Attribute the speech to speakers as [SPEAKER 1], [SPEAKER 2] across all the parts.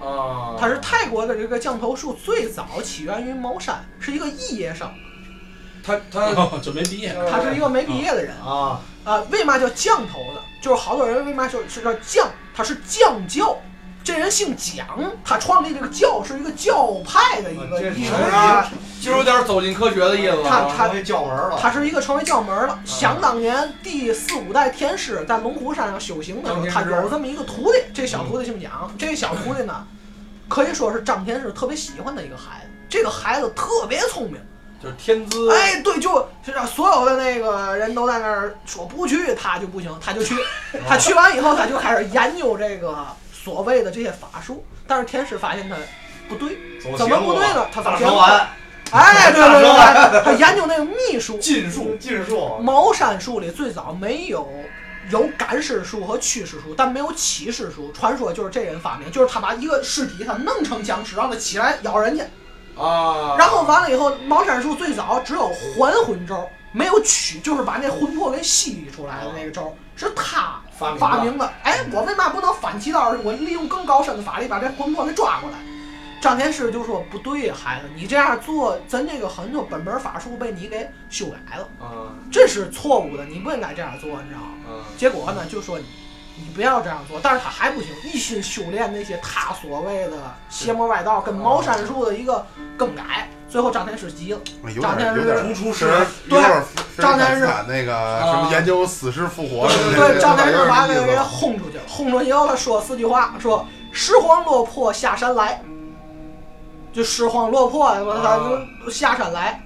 [SPEAKER 1] 啊
[SPEAKER 2] 它是泰国的这个降头术最早起源于茅山，是一个肄业生，
[SPEAKER 1] 他他
[SPEAKER 3] 哦准备毕业，
[SPEAKER 2] 他是一个没毕业的人
[SPEAKER 1] 啊，
[SPEAKER 2] 啊。为嘛叫降头呢？就是好多人为嘛说是叫降，他是降教。这人姓蒋，他创立这个教是一个教派的一个
[SPEAKER 1] 这
[SPEAKER 2] 一
[SPEAKER 1] 是
[SPEAKER 2] 个
[SPEAKER 1] 啊就有点走进科学的意思了。
[SPEAKER 2] 他他
[SPEAKER 1] 成教门了，
[SPEAKER 2] 他是一个成为教门了。想当年第四五代天师在龙虎山上修行的时候，他有这么一个徒弟，这小徒弟姓蒋。这小徒弟呢，可以说是张天师特别喜欢的一个孩子。这个孩子特别聪明，
[SPEAKER 1] 就是天资。
[SPEAKER 2] 哎，对，就是让所有的那个人都在那儿说不去，他就不行，他就去。他去完以后，他就开始研究这个所谓的这些法术。但是天师发现他不对，
[SPEAKER 1] 走
[SPEAKER 2] 怎
[SPEAKER 1] 邪
[SPEAKER 2] 么
[SPEAKER 1] 路
[SPEAKER 2] 不对呢？他
[SPEAKER 1] 大
[SPEAKER 2] 发
[SPEAKER 1] 蛇
[SPEAKER 2] 现，
[SPEAKER 1] 丸、
[SPEAKER 2] 哎，对对对，他研究那个秘术。
[SPEAKER 1] 禁术、禁术，
[SPEAKER 2] 茅山术里最早没有有赶尸术和驱尸术，但没有起尸术。传说就是这人发明，就是他把一个尸体他弄成僵尸，让他起来咬人家。
[SPEAKER 1] 啊，
[SPEAKER 2] 然后完了以后，茅山术最早只有还魂咒，没有取，就是把那魂魄给吸出来的那个咒，是他
[SPEAKER 1] 发明的
[SPEAKER 2] 发明的。哎，我为嘛不能反其道而我利用更高深的法力把这魂魄给抓过来？张天师就说：“不对，孩子，你这样做，咱这个很多本门法术被你给修改了。”
[SPEAKER 1] 啊
[SPEAKER 2] 这是错误的，你不应该这样做，你知道吗？
[SPEAKER 1] 啊
[SPEAKER 2] 结果呢，就说你你不要这样做，但是他还不行，一心修炼那些他所谓的邪魔外道跟茅山术的一个更改，最后张天师急了，
[SPEAKER 4] 哎有点有点
[SPEAKER 1] 突出
[SPEAKER 4] 是
[SPEAKER 1] 神，
[SPEAKER 4] 有点
[SPEAKER 2] 张天
[SPEAKER 4] 斯坦那个呃什么研究死尸复活的那个，
[SPEAKER 2] 对，张天师把那
[SPEAKER 4] 有
[SPEAKER 2] 个
[SPEAKER 4] 点意
[SPEAKER 2] 人
[SPEAKER 4] 思
[SPEAKER 2] 轰出去了，轰出去以后他说四句话，说拾荒落魄下山来，就拾荒落魄，
[SPEAKER 4] 啊
[SPEAKER 2] 他就下山来，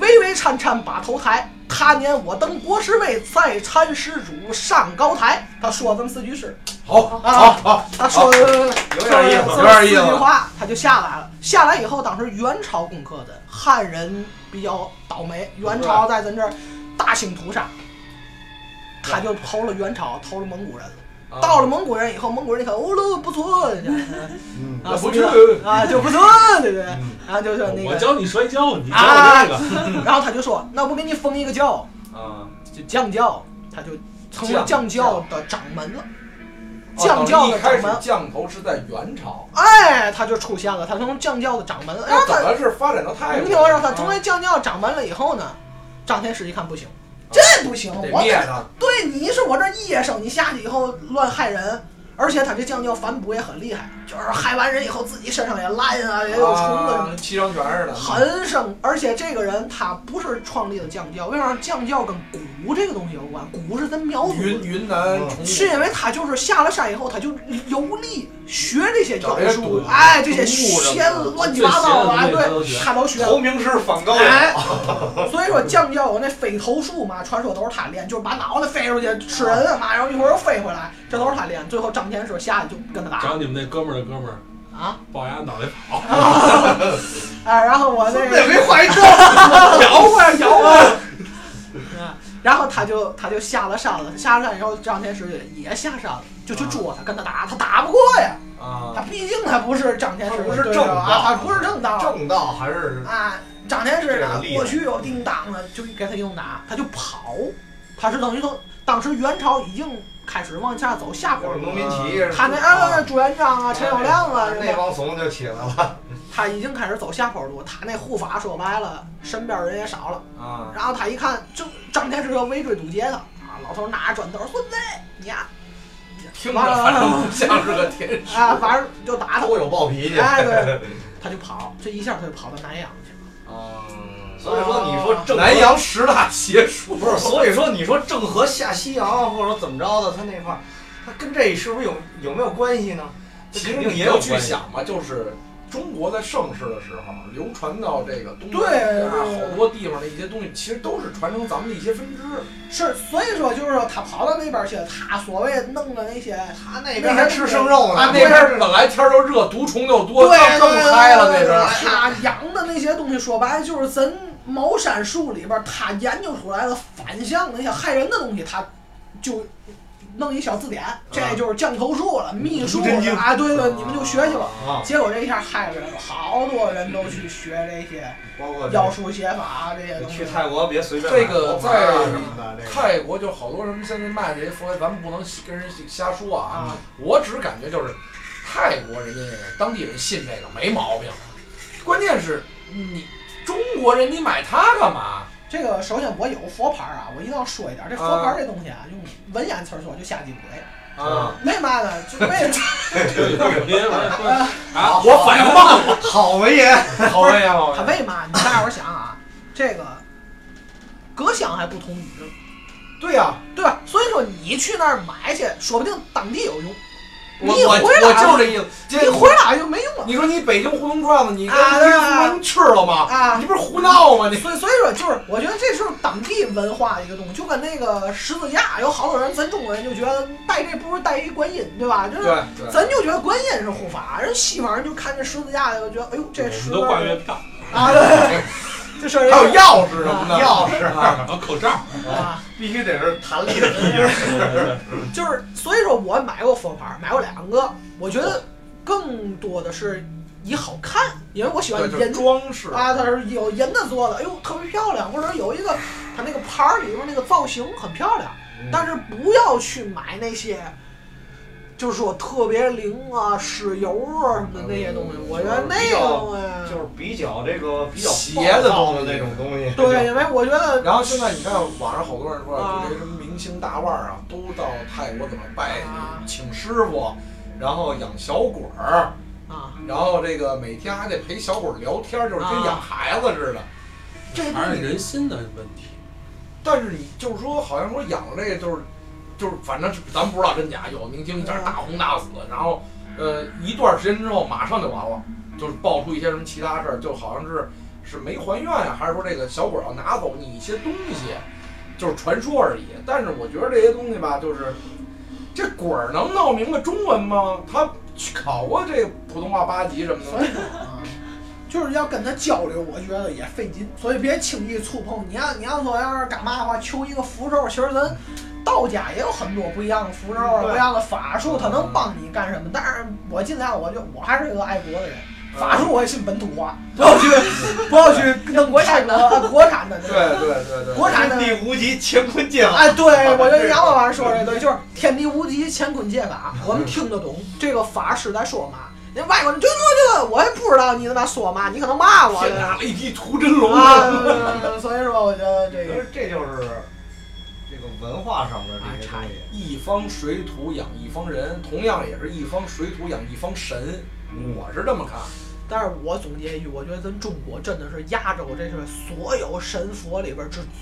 [SPEAKER 2] 巍巍颤颤把头抬。他年我登国师位，再参施主上高台。他说这么四句诗，
[SPEAKER 1] 好，
[SPEAKER 2] 啊
[SPEAKER 1] 好，好，
[SPEAKER 2] 他说
[SPEAKER 1] 哦有点意思
[SPEAKER 2] 说
[SPEAKER 1] 有点意思
[SPEAKER 2] 四句话他就下来了。下来以后，当时元朝攻克的汉人比较倒霉，元朝在咱这儿大兴屠杀， 他就投了元朝，投了蒙古人了。
[SPEAKER 1] 哦啊
[SPEAKER 2] 到了蒙古人以后，蒙古人一看，哦喽，不错，
[SPEAKER 4] 嗯，
[SPEAKER 2] 啊，
[SPEAKER 1] 不去嗯
[SPEAKER 2] 啊，就不错，对不对？然后就
[SPEAKER 1] 哦
[SPEAKER 2] 说那
[SPEAKER 3] 我
[SPEAKER 2] 个，啊
[SPEAKER 3] 教你摔跤，你教我这 个，
[SPEAKER 2] 然后他就说，那我给你封一个教，
[SPEAKER 1] 啊，
[SPEAKER 2] 就降教，他就成了降
[SPEAKER 1] 降
[SPEAKER 2] 教的掌门了，
[SPEAKER 1] 哦
[SPEAKER 2] 降教
[SPEAKER 1] 等于
[SPEAKER 2] 的
[SPEAKER 1] 一开
[SPEAKER 2] 掌
[SPEAKER 1] 始
[SPEAKER 2] 门。
[SPEAKER 1] 降头是在元朝，
[SPEAKER 2] 哎，他就出现了，他从降教的掌门，哎然后
[SPEAKER 1] 那怎
[SPEAKER 2] 他，哎
[SPEAKER 1] 么是发展到泰
[SPEAKER 2] 你
[SPEAKER 1] 国？
[SPEAKER 2] 听我说，他成为降教掌门了以后呢，张天师一看不行，这不行，
[SPEAKER 1] 啊得
[SPEAKER 2] 我
[SPEAKER 1] 灭他，
[SPEAKER 2] 对你是我这医生，你下去以后乱害人，而且他这降教反哺也很厉害，就是害完人以后自己身上也烂啊，也有虫子什
[SPEAKER 1] 啊，
[SPEAKER 2] 么
[SPEAKER 1] 七伤拳似的，
[SPEAKER 2] 的，很生。而且这个人他不是创立了降教，为啥降教跟蛊这个东西有关？蛊是咱苗族
[SPEAKER 1] 云
[SPEAKER 2] 的，
[SPEAKER 1] 云南
[SPEAKER 4] 嗯
[SPEAKER 1] 虫
[SPEAKER 2] 是因啊为他就是下了山以后，他就游历学这些
[SPEAKER 1] 找
[SPEAKER 2] 妖
[SPEAKER 1] 这些
[SPEAKER 2] 术
[SPEAKER 1] 毒，
[SPEAKER 2] 哎，这些
[SPEAKER 3] 毒物什么的
[SPEAKER 2] 邪乱七八糟的，哎，
[SPEAKER 3] 最邪的东西他都
[SPEAKER 2] 对，
[SPEAKER 3] 学
[SPEAKER 2] 他都学了。
[SPEAKER 1] 投名师访高人，
[SPEAKER 2] 哎， 所以说降教有那飞头术嘛，传说都是他练，就是把脑袋飞出去吃人啊嘛，然后一会儿又飞回来，这都是他练。最后张天师下来就跟 他打
[SPEAKER 3] 找你们那哥们儿的哥们儿，
[SPEAKER 2] 啊，
[SPEAKER 3] 龅牙脑袋跑，
[SPEAKER 2] 哎，然后我那
[SPEAKER 1] 那
[SPEAKER 2] 个，
[SPEAKER 1] 没 怀咒，摇啊摇 啊，
[SPEAKER 2] 啊然后他就他就下了山了，下了山以后张天师也下山了，就去捉他，跟他打，他打不过呀，他
[SPEAKER 1] 啊，
[SPEAKER 2] 毕竟他不是张天师的
[SPEAKER 1] 他不
[SPEAKER 2] 对手，
[SPEAKER 1] 是正道
[SPEAKER 2] 啊，他不是正道，
[SPEAKER 5] 正道还是
[SPEAKER 2] 啊，张天师
[SPEAKER 5] 这
[SPEAKER 2] 呢
[SPEAKER 5] 个厉，害
[SPEAKER 2] 过去有叮当的，就给他用打，他就跑，他是等于说当时元朝已经开始往下走下坡
[SPEAKER 5] 就是
[SPEAKER 2] 了。
[SPEAKER 5] 农民起义？
[SPEAKER 2] 他那啊，朱元璋啊，陈友谅啊，什
[SPEAKER 5] 那
[SPEAKER 2] 么，
[SPEAKER 5] 帮怂就起来了。
[SPEAKER 2] 他已经开始走下坡路。他那护法说白了，身边人也少了。
[SPEAKER 1] 啊，
[SPEAKER 2] 然后他一看，就张天师要围追堵截他啊！老头拿着砖头，孙子，你呀、
[SPEAKER 1] 听着反正不像是个天使，
[SPEAKER 2] 啊，反正就打他。
[SPEAKER 5] 都有暴 脾气。
[SPEAKER 2] 哎，对，他就跑，这一下他就跑到南阳去了。
[SPEAKER 1] 啊，
[SPEAKER 5] 所以说，你说郑和
[SPEAKER 1] 南阳十大邪术
[SPEAKER 5] 不是？所以说，你说郑和下西洋，或者说怎么着的，他那块儿，他跟这是不是有有没有关系呢？
[SPEAKER 1] 其
[SPEAKER 5] 肯
[SPEAKER 1] 实
[SPEAKER 5] 定
[SPEAKER 1] 你
[SPEAKER 5] 也
[SPEAKER 1] 要
[SPEAKER 5] 有
[SPEAKER 1] 去
[SPEAKER 5] 关系。啊
[SPEAKER 1] 想嘛，就是中国在盛世的时候，流传到这个东
[SPEAKER 2] 对
[SPEAKER 1] 南亚
[SPEAKER 2] 对
[SPEAKER 1] 好多地方的一些东西，其实都是传承咱们的一些分支。
[SPEAKER 2] 啊是，所以说就是说他跑到那边去，他所谓弄的那些
[SPEAKER 5] 他那边还吃生肉呢，
[SPEAKER 1] 啊，那边儿本来天儿就热，毒虫又多，
[SPEAKER 2] 对
[SPEAKER 1] 那更嗨了那
[SPEAKER 2] 对
[SPEAKER 1] 边儿。
[SPEAKER 2] 他养的那些东西，说白了就是咱茅山术里边儿他研究出来的反向那些害人的东西，他就弄一小字典，这就是降头术了、秘术
[SPEAKER 5] 真经
[SPEAKER 2] 了啊！对对，你们就学去吧。
[SPEAKER 5] 啊，
[SPEAKER 2] 结果这一下害人，好多人都去学这些
[SPEAKER 5] 包括
[SPEAKER 2] 妖术写法啊这些东西
[SPEAKER 5] 去。泰国别随便
[SPEAKER 1] 这个
[SPEAKER 5] 买啊
[SPEAKER 1] 在
[SPEAKER 5] 什么的，这个
[SPEAKER 1] 泰国就好多人现在卖这些佛，咱们不能跟人瞎说啊。
[SPEAKER 2] 啊，
[SPEAKER 1] 我只是感觉就是泰国人家那个当地人信这个没毛病，关键是你中国人你买它干嘛？
[SPEAKER 2] 这个首先我有佛牌啊，我一定要说一点，这佛牌这东西啊，用文言词儿说就下地鬼。
[SPEAKER 1] 啊，
[SPEAKER 2] 为嘛呢？就为什
[SPEAKER 3] 这个抖音完了 说
[SPEAKER 2] 么？
[SPEAKER 3] 啊，我反应忘了，
[SPEAKER 5] 好文言，好文言，好
[SPEAKER 2] 他
[SPEAKER 5] 文言。
[SPEAKER 2] 为嘛？你大伙儿想啊，这个隔乡还不同语，
[SPEAKER 1] 对呀、
[SPEAKER 2] 对吧？所以说你去那儿买去，说不定当地有用。
[SPEAKER 1] 我
[SPEAKER 2] 你
[SPEAKER 1] 我
[SPEAKER 2] 回来
[SPEAKER 1] 我就这意思。今
[SPEAKER 2] 你
[SPEAKER 1] 天
[SPEAKER 2] 回来就没用了
[SPEAKER 1] 你说你北京胡同串子，你跟
[SPEAKER 2] 啊
[SPEAKER 1] 你
[SPEAKER 2] 对
[SPEAKER 1] 跟
[SPEAKER 2] 啊
[SPEAKER 1] 胡同去了吗？
[SPEAKER 2] 啊
[SPEAKER 1] 你！不是胡闹吗？你
[SPEAKER 2] 所以所以说就是，我觉得这就是当地文化的一个东西，就跟那个十字架，有好多人，咱中国人就觉得戴这不如戴一观音，对吧？就是
[SPEAKER 1] 对对，
[SPEAKER 2] 咱就觉得观音是护法，人西方人就看这十字架就觉得，哎呦，这
[SPEAKER 3] 我
[SPEAKER 2] 十字
[SPEAKER 3] 们都
[SPEAKER 2] 架
[SPEAKER 3] 挂月票，
[SPEAKER 2] 啊，对， 这事儿
[SPEAKER 1] 还有钥匙什么的，
[SPEAKER 5] 钥匙
[SPEAKER 1] 啊，
[SPEAKER 3] 然后口罩，
[SPEAKER 2] 啊，
[SPEAKER 5] 必须得是弹力的，
[SPEAKER 2] 就是所以说我买过佛牌，买过两个，我觉得更多的是以好看，因为我喜欢
[SPEAKER 1] 对，就是
[SPEAKER 2] 银
[SPEAKER 1] 装饰
[SPEAKER 2] 啊，它是有银的做的，哎呦，特别漂亮，或者有一个它那个牌儿里面那个造型很漂亮，
[SPEAKER 1] 嗯
[SPEAKER 2] 但是不要去买那些。就是说特别灵啊，石油啊什么的那些东西，
[SPEAKER 1] 嗯
[SPEAKER 2] 我觉得那哎个东西
[SPEAKER 5] 就是比较这个比较
[SPEAKER 1] 邪的
[SPEAKER 5] 暴躁
[SPEAKER 1] 东西
[SPEAKER 5] 的那种东西。
[SPEAKER 2] 对，因为我觉得
[SPEAKER 1] 然后现在你看网上好多人说，
[SPEAKER 2] 啊
[SPEAKER 1] 就这些什么明星大腕儿啊，都到泰国怎么拜
[SPEAKER 2] 啊
[SPEAKER 1] 请师傅，然后养小鬼儿，
[SPEAKER 2] 啊，
[SPEAKER 1] 然后这个每天还得陪小鬼儿聊天儿，就是跟
[SPEAKER 2] 啊
[SPEAKER 1] 养孩子似的。这东
[SPEAKER 3] 还是
[SPEAKER 1] 西，
[SPEAKER 3] 人心的问题。
[SPEAKER 1] 但是你就是说，好像说养这个就是就是，反正是咱不知道真假，有的明星一下
[SPEAKER 2] 嗯
[SPEAKER 1] 大红大紫，然后呃一段时间之后马上就完了，就是爆出一些什么其他事儿，就好像是是没还愿呀、还是说这个小鬼儿要拿走你一些东西，就是传说而已。但是我觉得这些东西吧，就是这鬼儿能闹明白中文吗？他去考过这普通话八级什么的吗
[SPEAKER 2] 所以说啊，就是要跟他交流，我觉得也费劲，所以别轻易触碰。你要你要说要是干嘛的话，求一个符咒，其实咱道家也有很多不一样的符咒啊、
[SPEAKER 5] 对
[SPEAKER 2] 不一样的法术，它能帮你干什么？但是我尽量，我就我还是一个爱国的人，
[SPEAKER 1] 嗯
[SPEAKER 2] 法术我也信本土化，不要去不要去弄国产的国产的。
[SPEAKER 1] 对对对对，
[SPEAKER 2] 国产的
[SPEAKER 5] 天地无极，乾坤借法。
[SPEAKER 2] 哎，对，我觉得杨老板说这对，就是天地无极，乾坤借法，我们听得懂这个法是在说嘛。人外国人就这这，我也不知道你他妈说嘛，你可能骂我
[SPEAKER 1] 天打雷劈屠真龙
[SPEAKER 2] 啊，对对 对所以说我觉得这
[SPEAKER 5] 其
[SPEAKER 2] 个
[SPEAKER 5] 实这就是这个文化上面这些东西。
[SPEAKER 1] 一方水土养一方人，同样也是一方水土养一方神，我是这么看。
[SPEAKER 2] 但是我总结一句，我觉得咱中国真的是亚洲这是所有神佛里边之祖，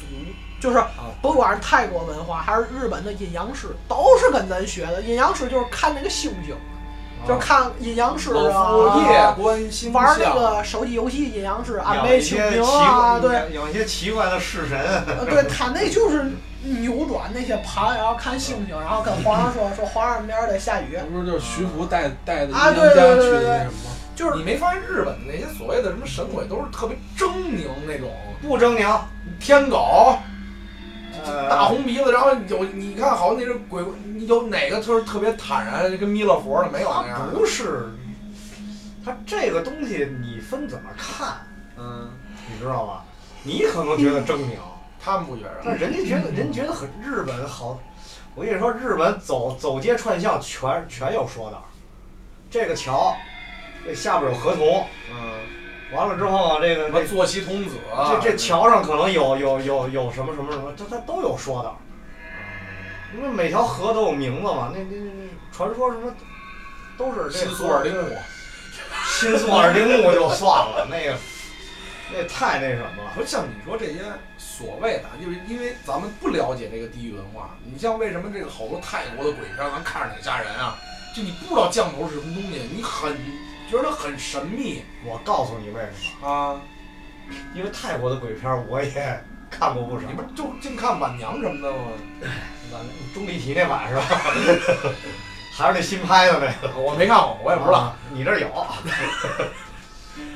[SPEAKER 2] 就是不管是泰国文化还是日本的阴阳师，都是跟咱学的。阴阳师就是看那个星星，就是看阴阳师
[SPEAKER 1] 老夫夜
[SPEAKER 2] 啊，
[SPEAKER 1] 观星
[SPEAKER 2] 玩那
[SPEAKER 1] 象，
[SPEAKER 2] 个手机游戏阴阳师，安
[SPEAKER 5] 养
[SPEAKER 2] 倍
[SPEAKER 5] 一
[SPEAKER 2] 晴
[SPEAKER 5] 些奇
[SPEAKER 2] 明啊，
[SPEAKER 5] 怪，
[SPEAKER 2] 对，
[SPEAKER 5] 养一些奇怪的式神。
[SPEAKER 2] 呃对他那就是扭转那些盘，然后看星星，然后跟皇上说说皇上明儿得下雨
[SPEAKER 3] 这，不是就是徐福带带的
[SPEAKER 2] 啊
[SPEAKER 3] 阴阳家
[SPEAKER 2] 对对
[SPEAKER 3] 去
[SPEAKER 2] 对
[SPEAKER 3] 那什么？
[SPEAKER 2] 就是
[SPEAKER 1] 你没发现日本那些所谓的什么神鬼都是特别狰狞那种，
[SPEAKER 5] 不狰狞，
[SPEAKER 1] 天狗、
[SPEAKER 5] 呃
[SPEAKER 1] 大红鼻子，然后有你看好像那是鬼，有哪个就是特别坦然跟弥勒佛的没有那
[SPEAKER 5] 它
[SPEAKER 1] 样的？
[SPEAKER 5] 啊不是，它这个东西你分怎么看，
[SPEAKER 1] 嗯，
[SPEAKER 5] 你知道吧？你可能觉得嗯狰狞，
[SPEAKER 1] 他们不觉着。
[SPEAKER 5] 但人家觉得人觉得很日本好。我跟你说，日本走走街串巷全全有说道，这个桥，这下边有河童，
[SPEAKER 1] 嗯，
[SPEAKER 5] 完了之后这个
[SPEAKER 1] 什
[SPEAKER 5] 这
[SPEAKER 1] 么坐骑童子啊，
[SPEAKER 5] 这这桥上可能有有有有什么什么什么，这它都有说道，
[SPEAKER 1] 嗯
[SPEAKER 5] 因为每条河都有名字嘛。那那那那传说什么都是这
[SPEAKER 1] 新
[SPEAKER 5] 河
[SPEAKER 1] 宿二丁目，
[SPEAKER 5] 新宿二丁目就算了，那个那太那什么了。
[SPEAKER 1] 不是像你说这些所谓的啊，就是因为咱们不了解这个地域文化。你像为什么这个好多泰国的鬼片，咱看着挺吓人啊？就你不知道降头是什么东西，你很觉得很神秘
[SPEAKER 5] 我告诉你为什么，
[SPEAKER 1] 啊。
[SPEAKER 5] 因为泰国的鬼片儿我也看过不少
[SPEAKER 1] 你。不是就净看晚娘什么的吗？
[SPEAKER 5] 钟丽缇那版是吧？ 还是那新拍的呗？
[SPEAKER 1] 我没看过，我也不知道。
[SPEAKER 5] 啊你这儿有，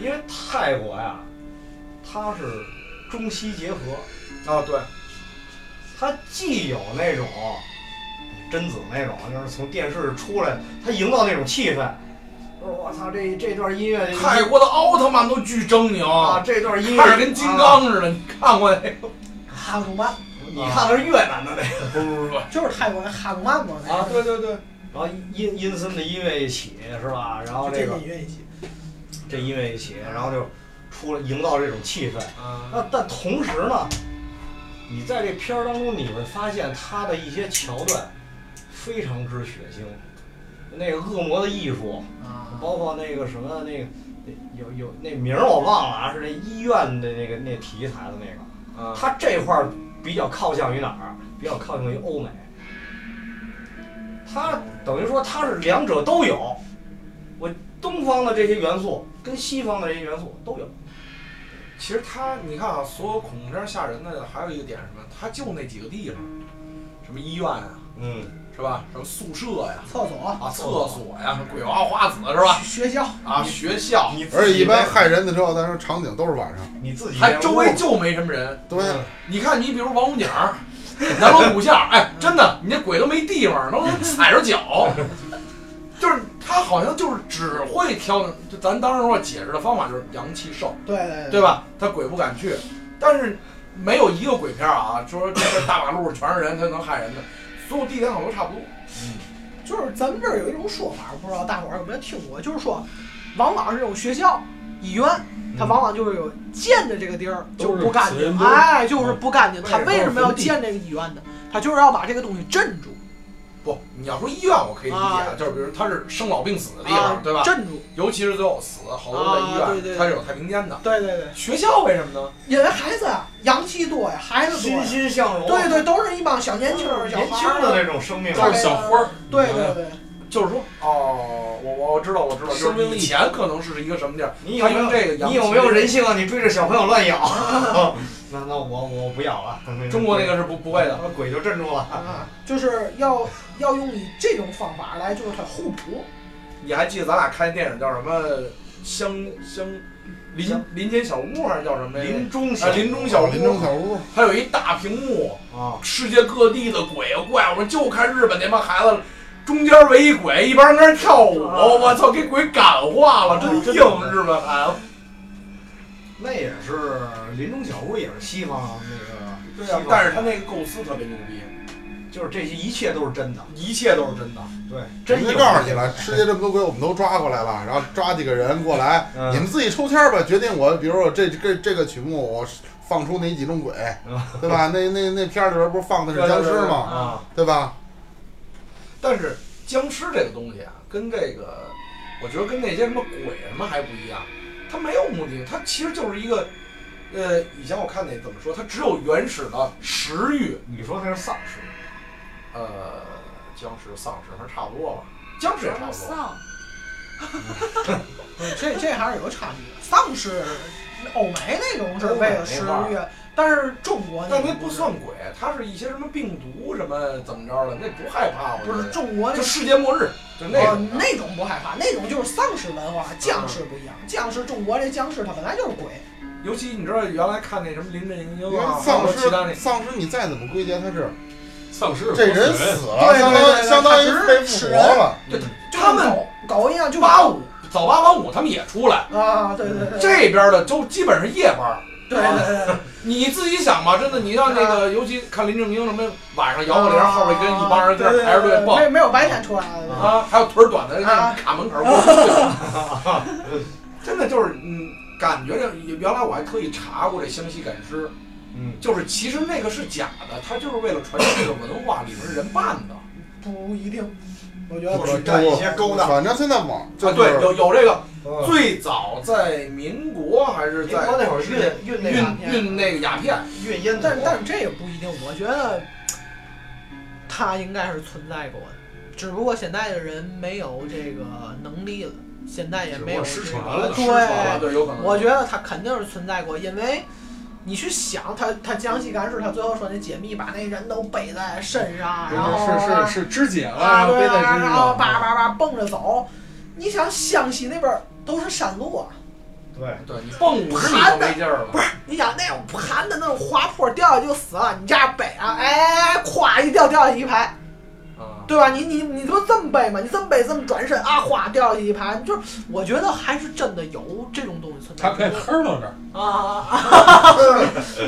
[SPEAKER 5] 因为泰国呀，它是中西结合。
[SPEAKER 1] 啊，对，
[SPEAKER 5] 它既有那种贞子那种，就是从电视出来，它营造那种气氛，就是我操，这这段音乐
[SPEAKER 1] 哎泰国的奥特曼都巨狰
[SPEAKER 5] 啊，
[SPEAKER 1] 狞，
[SPEAKER 5] 这段音乐
[SPEAKER 1] 哦看着跟金，
[SPEAKER 5] 啊
[SPEAKER 1] 刚似的。你看过那个？
[SPEAKER 2] 哈努曼，
[SPEAKER 5] 你看的是越南的那个，
[SPEAKER 1] 不不不
[SPEAKER 2] 就是泰国人哈努曼嘛，那
[SPEAKER 1] 啊对
[SPEAKER 2] 个，
[SPEAKER 1] 对对，
[SPEAKER 5] 然后阴阴森的音乐一起是吧？然后这
[SPEAKER 2] 这
[SPEAKER 5] 个
[SPEAKER 2] 音乐一起，
[SPEAKER 5] 这音乐一起，然后就出了营造这种气氛。
[SPEAKER 1] 啊，
[SPEAKER 5] 那但同时呢，你在这片儿当中，你会发现它的一些桥段非常之血腥，那个恶魔的艺术，
[SPEAKER 2] 啊，
[SPEAKER 5] 包括那个什么那个那有有那名儿我忘了啊，是那医院的那个那题材的那个，
[SPEAKER 1] 啊
[SPEAKER 5] 它这块儿比较靠向于哪儿？比较靠向于欧美。它等于说它是两者都有，我东方的这些元素跟西方的这些元素都有。
[SPEAKER 1] 其实他，你看啊，所有恐怖片吓人的还有一个点是什么？他就那几个地方，什么医院啊，
[SPEAKER 5] 嗯，
[SPEAKER 1] 是吧？什么宿舍呀、
[SPEAKER 2] 厕所、
[SPEAKER 1] 啊，厕所呀，什么鬼娃花子是吧？
[SPEAKER 2] 学校，
[SPEAKER 1] 啊，学校，
[SPEAKER 5] 你自
[SPEAKER 4] 而且
[SPEAKER 5] 己
[SPEAKER 4] 一般
[SPEAKER 5] 那
[SPEAKER 4] 害人的时候，他说场景都是晚上，
[SPEAKER 5] 你自己
[SPEAKER 1] 还周围
[SPEAKER 5] 就
[SPEAKER 1] 就没什么人。
[SPEAKER 4] 对啊，
[SPEAKER 1] 你看，你比如王府井儿、南锣鼓巷儿，哎，真的，你这鬼都没地方，能不能踩着脚？就是他好像就是只会挑，就咱当时说解释的方法就是阳气盛，
[SPEAKER 2] 对对
[SPEAKER 1] 对吧？他鬼不敢去，但是没有一个鬼片儿啊，说这个大马路全是人，他能害人的，所有地点好像都差不多。
[SPEAKER 2] 就是咱们这儿有一种说法，不知道大伙儿有没有听过，就是说，往往是这种学校、医院，它往往就是有建的这个地儿就不干
[SPEAKER 3] 都是死人
[SPEAKER 2] 净，
[SPEAKER 3] 堆
[SPEAKER 2] 哎，就是不干净。它为
[SPEAKER 1] 为
[SPEAKER 2] 什
[SPEAKER 1] 什么
[SPEAKER 2] 么要
[SPEAKER 1] 要
[SPEAKER 2] 建这个医院呢？它就是要把这个东西镇住
[SPEAKER 1] 不，你要说医院我可以理解，
[SPEAKER 2] 啊
[SPEAKER 1] 就是比如他是生老病死的地方，
[SPEAKER 2] 啊，
[SPEAKER 1] 对吧？
[SPEAKER 2] 镇住，
[SPEAKER 1] 尤其是最后死，好多在医院，
[SPEAKER 2] 啊对对
[SPEAKER 1] 他是有太平间的。
[SPEAKER 2] 对对对，
[SPEAKER 1] 学校为什么呢？
[SPEAKER 2] 因为孩子啊，阳气多呀，孩子多
[SPEAKER 5] 欣
[SPEAKER 2] 呀，
[SPEAKER 5] 欣向荣，
[SPEAKER 2] 对对，都是一帮小年轻儿、小
[SPEAKER 5] 年
[SPEAKER 2] 孩
[SPEAKER 5] 轻
[SPEAKER 2] 儿
[SPEAKER 5] 的，那种生命，
[SPEAKER 3] 都是小花儿，
[SPEAKER 2] 对对对，
[SPEAKER 1] 就是说，哦，我我我知道，我知道，就
[SPEAKER 3] 生命
[SPEAKER 1] 是
[SPEAKER 3] 力
[SPEAKER 1] 以前可能是一个什么地儿，
[SPEAKER 5] 你有
[SPEAKER 1] 他
[SPEAKER 5] 没
[SPEAKER 1] 用
[SPEAKER 5] 有
[SPEAKER 1] 这个阳
[SPEAKER 5] 你
[SPEAKER 1] 气
[SPEAKER 5] 有没有人性啊？你追着小朋友 乱咬，那那我我不啊咬 了。
[SPEAKER 1] 中国那
[SPEAKER 5] 个
[SPEAKER 1] 个是不不会的，
[SPEAKER 5] 鬼就镇住了，
[SPEAKER 1] 嗯
[SPEAKER 2] 啊，就是要要用你这种方法来，就是它互补，
[SPEAKER 1] 你还记得咱俩看电影叫什么《乡乡林林间小屋》还是叫什么呀？
[SPEAKER 5] 林中小
[SPEAKER 1] 啊，林中小
[SPEAKER 4] 林中
[SPEAKER 1] 屋，
[SPEAKER 4] 小屋，
[SPEAKER 1] 还有一大屏幕，
[SPEAKER 5] 啊，
[SPEAKER 1] 世界各地的鬼啊怪物，就看日本那帮孩子，中间围一鬼，一帮人在那儿跳舞，
[SPEAKER 5] 啊
[SPEAKER 1] 我操，给鬼感化了，啊真硬，日本孩子。
[SPEAKER 5] 那也是林中小屋，也是西方那个，
[SPEAKER 1] 但是他那个构思特别牛逼，
[SPEAKER 5] 就是这些一切都是真的，
[SPEAKER 1] 一切都是真的。
[SPEAKER 5] 对，真
[SPEAKER 4] 人家
[SPEAKER 5] 有
[SPEAKER 4] 告诉你了，世界这么多鬼，我们都抓过来了，然后抓几个人过来，
[SPEAKER 5] 嗯
[SPEAKER 4] 你们自己抽签儿吧，决定我，比如说我这这这个曲目，我放出哪几种鬼
[SPEAKER 5] 嗯，
[SPEAKER 4] 对吧？那那那片儿里边不是放的是僵尸吗？
[SPEAKER 5] 啊，
[SPEAKER 4] 对吧？
[SPEAKER 1] 但是僵尸这个东西啊，跟这个，我觉得跟那些什么鬼什么还不一样，它没有目的，它其实就是一个，呃，以前我看那怎么说，它只有原始的食欲，
[SPEAKER 5] 你说那是丧尸，
[SPEAKER 1] 呃，僵尸、丧尸还是差不多吧，僵尸也差不多。
[SPEAKER 6] 丧，
[SPEAKER 1] 嗯
[SPEAKER 2] 这这还是有差距的。丧尸，欧美那种是为了食欲，但是中国
[SPEAKER 1] 但
[SPEAKER 2] 种
[SPEAKER 1] 那不算鬼，它是一些什么病毒什么怎么着的，那不害怕，我觉
[SPEAKER 2] 不
[SPEAKER 1] 得
[SPEAKER 2] 是中国那
[SPEAKER 1] 就世界末日，就那
[SPEAKER 2] 哦
[SPEAKER 1] 种的。
[SPEAKER 2] 那种不害怕，那种就是丧尸文化，僵尸不一样。
[SPEAKER 1] 嗯
[SPEAKER 2] 僵尸中国这僵尸它本来就是鬼，
[SPEAKER 1] 尤其你知道原来看那什么林正英
[SPEAKER 4] 因为
[SPEAKER 1] 啊，
[SPEAKER 4] 丧
[SPEAKER 1] 包括其他那
[SPEAKER 4] 尸，丧尸你再怎么归结，它是
[SPEAKER 3] 丧尸
[SPEAKER 4] 这人
[SPEAKER 3] 活
[SPEAKER 4] 死了，
[SPEAKER 2] 对
[SPEAKER 4] 相
[SPEAKER 2] 对对
[SPEAKER 4] 当
[SPEAKER 2] 对
[SPEAKER 4] 相当于
[SPEAKER 2] 它只是
[SPEAKER 4] 被复
[SPEAKER 2] 使
[SPEAKER 4] 活
[SPEAKER 2] 人
[SPEAKER 4] 了。
[SPEAKER 1] 对
[SPEAKER 2] 就是
[SPEAKER 1] 他们
[SPEAKER 2] 狗狗一样就
[SPEAKER 1] 八五早八晚五他们也出来，
[SPEAKER 2] 啊，对对对，
[SPEAKER 1] 这边的都基本是夜班儿。
[SPEAKER 2] 对对对，
[SPEAKER 1] 你自己想吧，真的，你像那个，尤其看林正英什么，晚上摇个铃，后边跟一帮人跟
[SPEAKER 2] 啊对对
[SPEAKER 1] 排着队
[SPEAKER 2] 对
[SPEAKER 1] 蹦
[SPEAKER 2] 没没有白天出来的。
[SPEAKER 1] 啊，还有腿儿短的那
[SPEAKER 2] 啊
[SPEAKER 1] 个卡门口 儿，真的就是嗯，感觉这原来我还特意查过这湘西赶尸，
[SPEAKER 5] 嗯，
[SPEAKER 1] 就是其实那个是假的，他就是为了传递这个文化，里面人办的。
[SPEAKER 2] 不一定，我觉
[SPEAKER 5] 或
[SPEAKER 2] 得
[SPEAKER 5] 者干一些勾当，
[SPEAKER 4] 反正现在网就
[SPEAKER 1] 啊，
[SPEAKER 4] 是
[SPEAKER 1] 对，有有这个，
[SPEAKER 5] 嗯
[SPEAKER 1] 最早在民国还是
[SPEAKER 5] 民
[SPEAKER 1] 在
[SPEAKER 5] 国那会儿
[SPEAKER 1] 是
[SPEAKER 5] 运运那个
[SPEAKER 1] 运运那个鸦片，
[SPEAKER 5] 运烟
[SPEAKER 2] 但
[SPEAKER 5] 头
[SPEAKER 2] 但是这也不一定，我觉得它应该是存在过的，只不过现在的人没有这个能力了，现在也没有
[SPEAKER 3] 只不过失
[SPEAKER 2] 这
[SPEAKER 3] 传
[SPEAKER 2] 个
[SPEAKER 3] 了
[SPEAKER 1] 失传啊了，
[SPEAKER 2] 对，
[SPEAKER 1] 对，有可能。
[SPEAKER 2] 我觉得它肯定是存在过，因为。你去想他，他江西干事，他最后说那解密把那人都背在身上，然后
[SPEAKER 3] 嗯是是是肢解了，
[SPEAKER 2] 啊
[SPEAKER 3] 然后
[SPEAKER 2] 对
[SPEAKER 3] 背在
[SPEAKER 2] 啊，
[SPEAKER 3] 身
[SPEAKER 2] 然后
[SPEAKER 3] 上，
[SPEAKER 2] 叭叭叭蹦着走。你想湘西那边儿都是山路啊，
[SPEAKER 5] 对，
[SPEAKER 1] 对你蹦五十米都没劲儿了。
[SPEAKER 2] 你想那种盘的那种滑坡掉下去就死了，你这样北啊，哎，咵一掉掉下一排，
[SPEAKER 1] 啊，
[SPEAKER 2] 对吧？你你你他妈这么背嘛，你这么背这么转身啊，哗掉下去一盘，就是我觉得还是真的有这种东西存在
[SPEAKER 3] 他。快嗑到这儿，
[SPEAKER 2] 啊啊啊！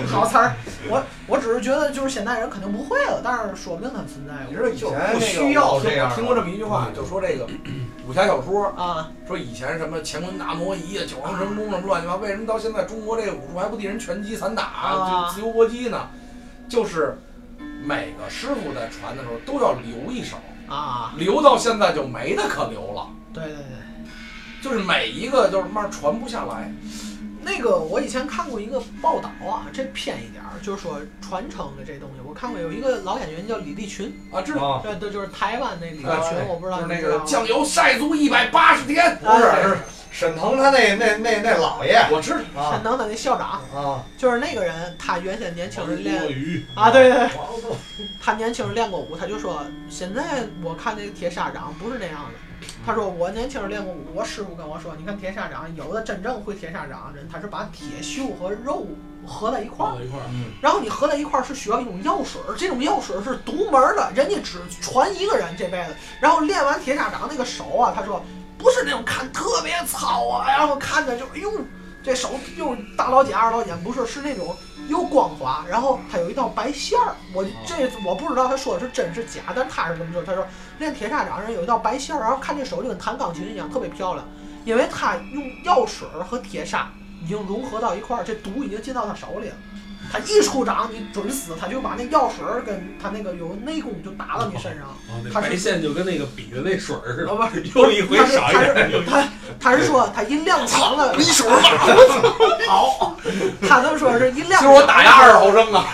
[SPEAKER 2] 好词儿，我我只是觉得就是现代人肯定不会了，但是说不定它存在。
[SPEAKER 5] 你知道以
[SPEAKER 2] 就
[SPEAKER 5] 前
[SPEAKER 2] 是
[SPEAKER 5] 那个
[SPEAKER 1] 不需要
[SPEAKER 5] 我听
[SPEAKER 1] 这样。
[SPEAKER 5] 我
[SPEAKER 1] 听
[SPEAKER 5] 听
[SPEAKER 1] 过
[SPEAKER 5] 过
[SPEAKER 1] 这
[SPEAKER 5] 这
[SPEAKER 1] 么一句话，就说这个武侠小说，
[SPEAKER 2] 啊，
[SPEAKER 1] 说以前什么乾坤大挪移啊、九阳神功什么乱七八，为什么到现在中国这个武术还不敌人拳击、散打、
[SPEAKER 2] 啊
[SPEAKER 1] 就自由搏击呢？就是每个师傅在传的时候都要留一手，
[SPEAKER 2] 啊，
[SPEAKER 1] 留到现在就没得可留了，
[SPEAKER 2] 对对对，
[SPEAKER 1] 就是每一个就是慢慢传不下来。
[SPEAKER 2] 那个我以前看过一个报道啊，这偏一点儿，就是说传承的这东西，我看过有一个老演员叫李立群，
[SPEAKER 1] 啊，知道。
[SPEAKER 5] 啊，
[SPEAKER 2] 对对，就是台湾那李立
[SPEAKER 1] 啊
[SPEAKER 2] 群，我不知道
[SPEAKER 1] 就是那
[SPEAKER 2] 你知
[SPEAKER 1] 个
[SPEAKER 2] 道吗
[SPEAKER 1] 酱油晒足一百八十天，
[SPEAKER 2] 啊
[SPEAKER 1] 不是，是
[SPEAKER 5] 沈腾他那那那那姥爷
[SPEAKER 1] 我 知道，
[SPEAKER 5] 啊
[SPEAKER 2] 沈腾的那校长，
[SPEAKER 5] 啊，
[SPEAKER 2] 就是那个人，他原先年轻人练
[SPEAKER 3] 多余，
[SPEAKER 2] 啊，对对对，
[SPEAKER 5] 王不
[SPEAKER 2] 他年轻人练过舞，他就说现在我看那个铁砂掌不是那样的。他说我年轻人练过舞，我师傅跟我说，你看铁砂掌，有的真正会铁砂掌的人，他是把铁锈和肉合在一块儿
[SPEAKER 3] 放，到一块儿，
[SPEAKER 5] 嗯
[SPEAKER 2] 然后你合在一块儿是需要一种药水儿，这种药水儿是独门儿的，人家只传一个人这辈子。然后练完铁砂掌那个手啊，他说不是那种看特别糙啊，然后看着就哎呦这手又大老茧二老茧，不是是那种又光滑，然后它有一道白线儿。我这我不知道他说的是真是假，但是他是这么说，他说练铁砂掌人有一道白线儿，然后看这手就跟弹钢琴一样，特别漂亮，因为他用药水儿和铁砂已经融合到一块儿，这毒已经进到他手里了。他一出掌，你准死，他就把那药水儿跟他那个有内功就打到你身上。
[SPEAKER 3] 哦，那
[SPEAKER 2] 他是
[SPEAKER 3] 白线就跟那个笔的那水儿似
[SPEAKER 2] 老
[SPEAKER 3] 的，
[SPEAKER 2] 板，
[SPEAKER 3] 又一回少一
[SPEAKER 2] 他
[SPEAKER 3] 点，
[SPEAKER 2] 是他他是说他音量长了，
[SPEAKER 4] 你手上吧，
[SPEAKER 2] 他这么说是音量
[SPEAKER 1] 就
[SPEAKER 2] 长。
[SPEAKER 1] 是我打压二十毫升啊，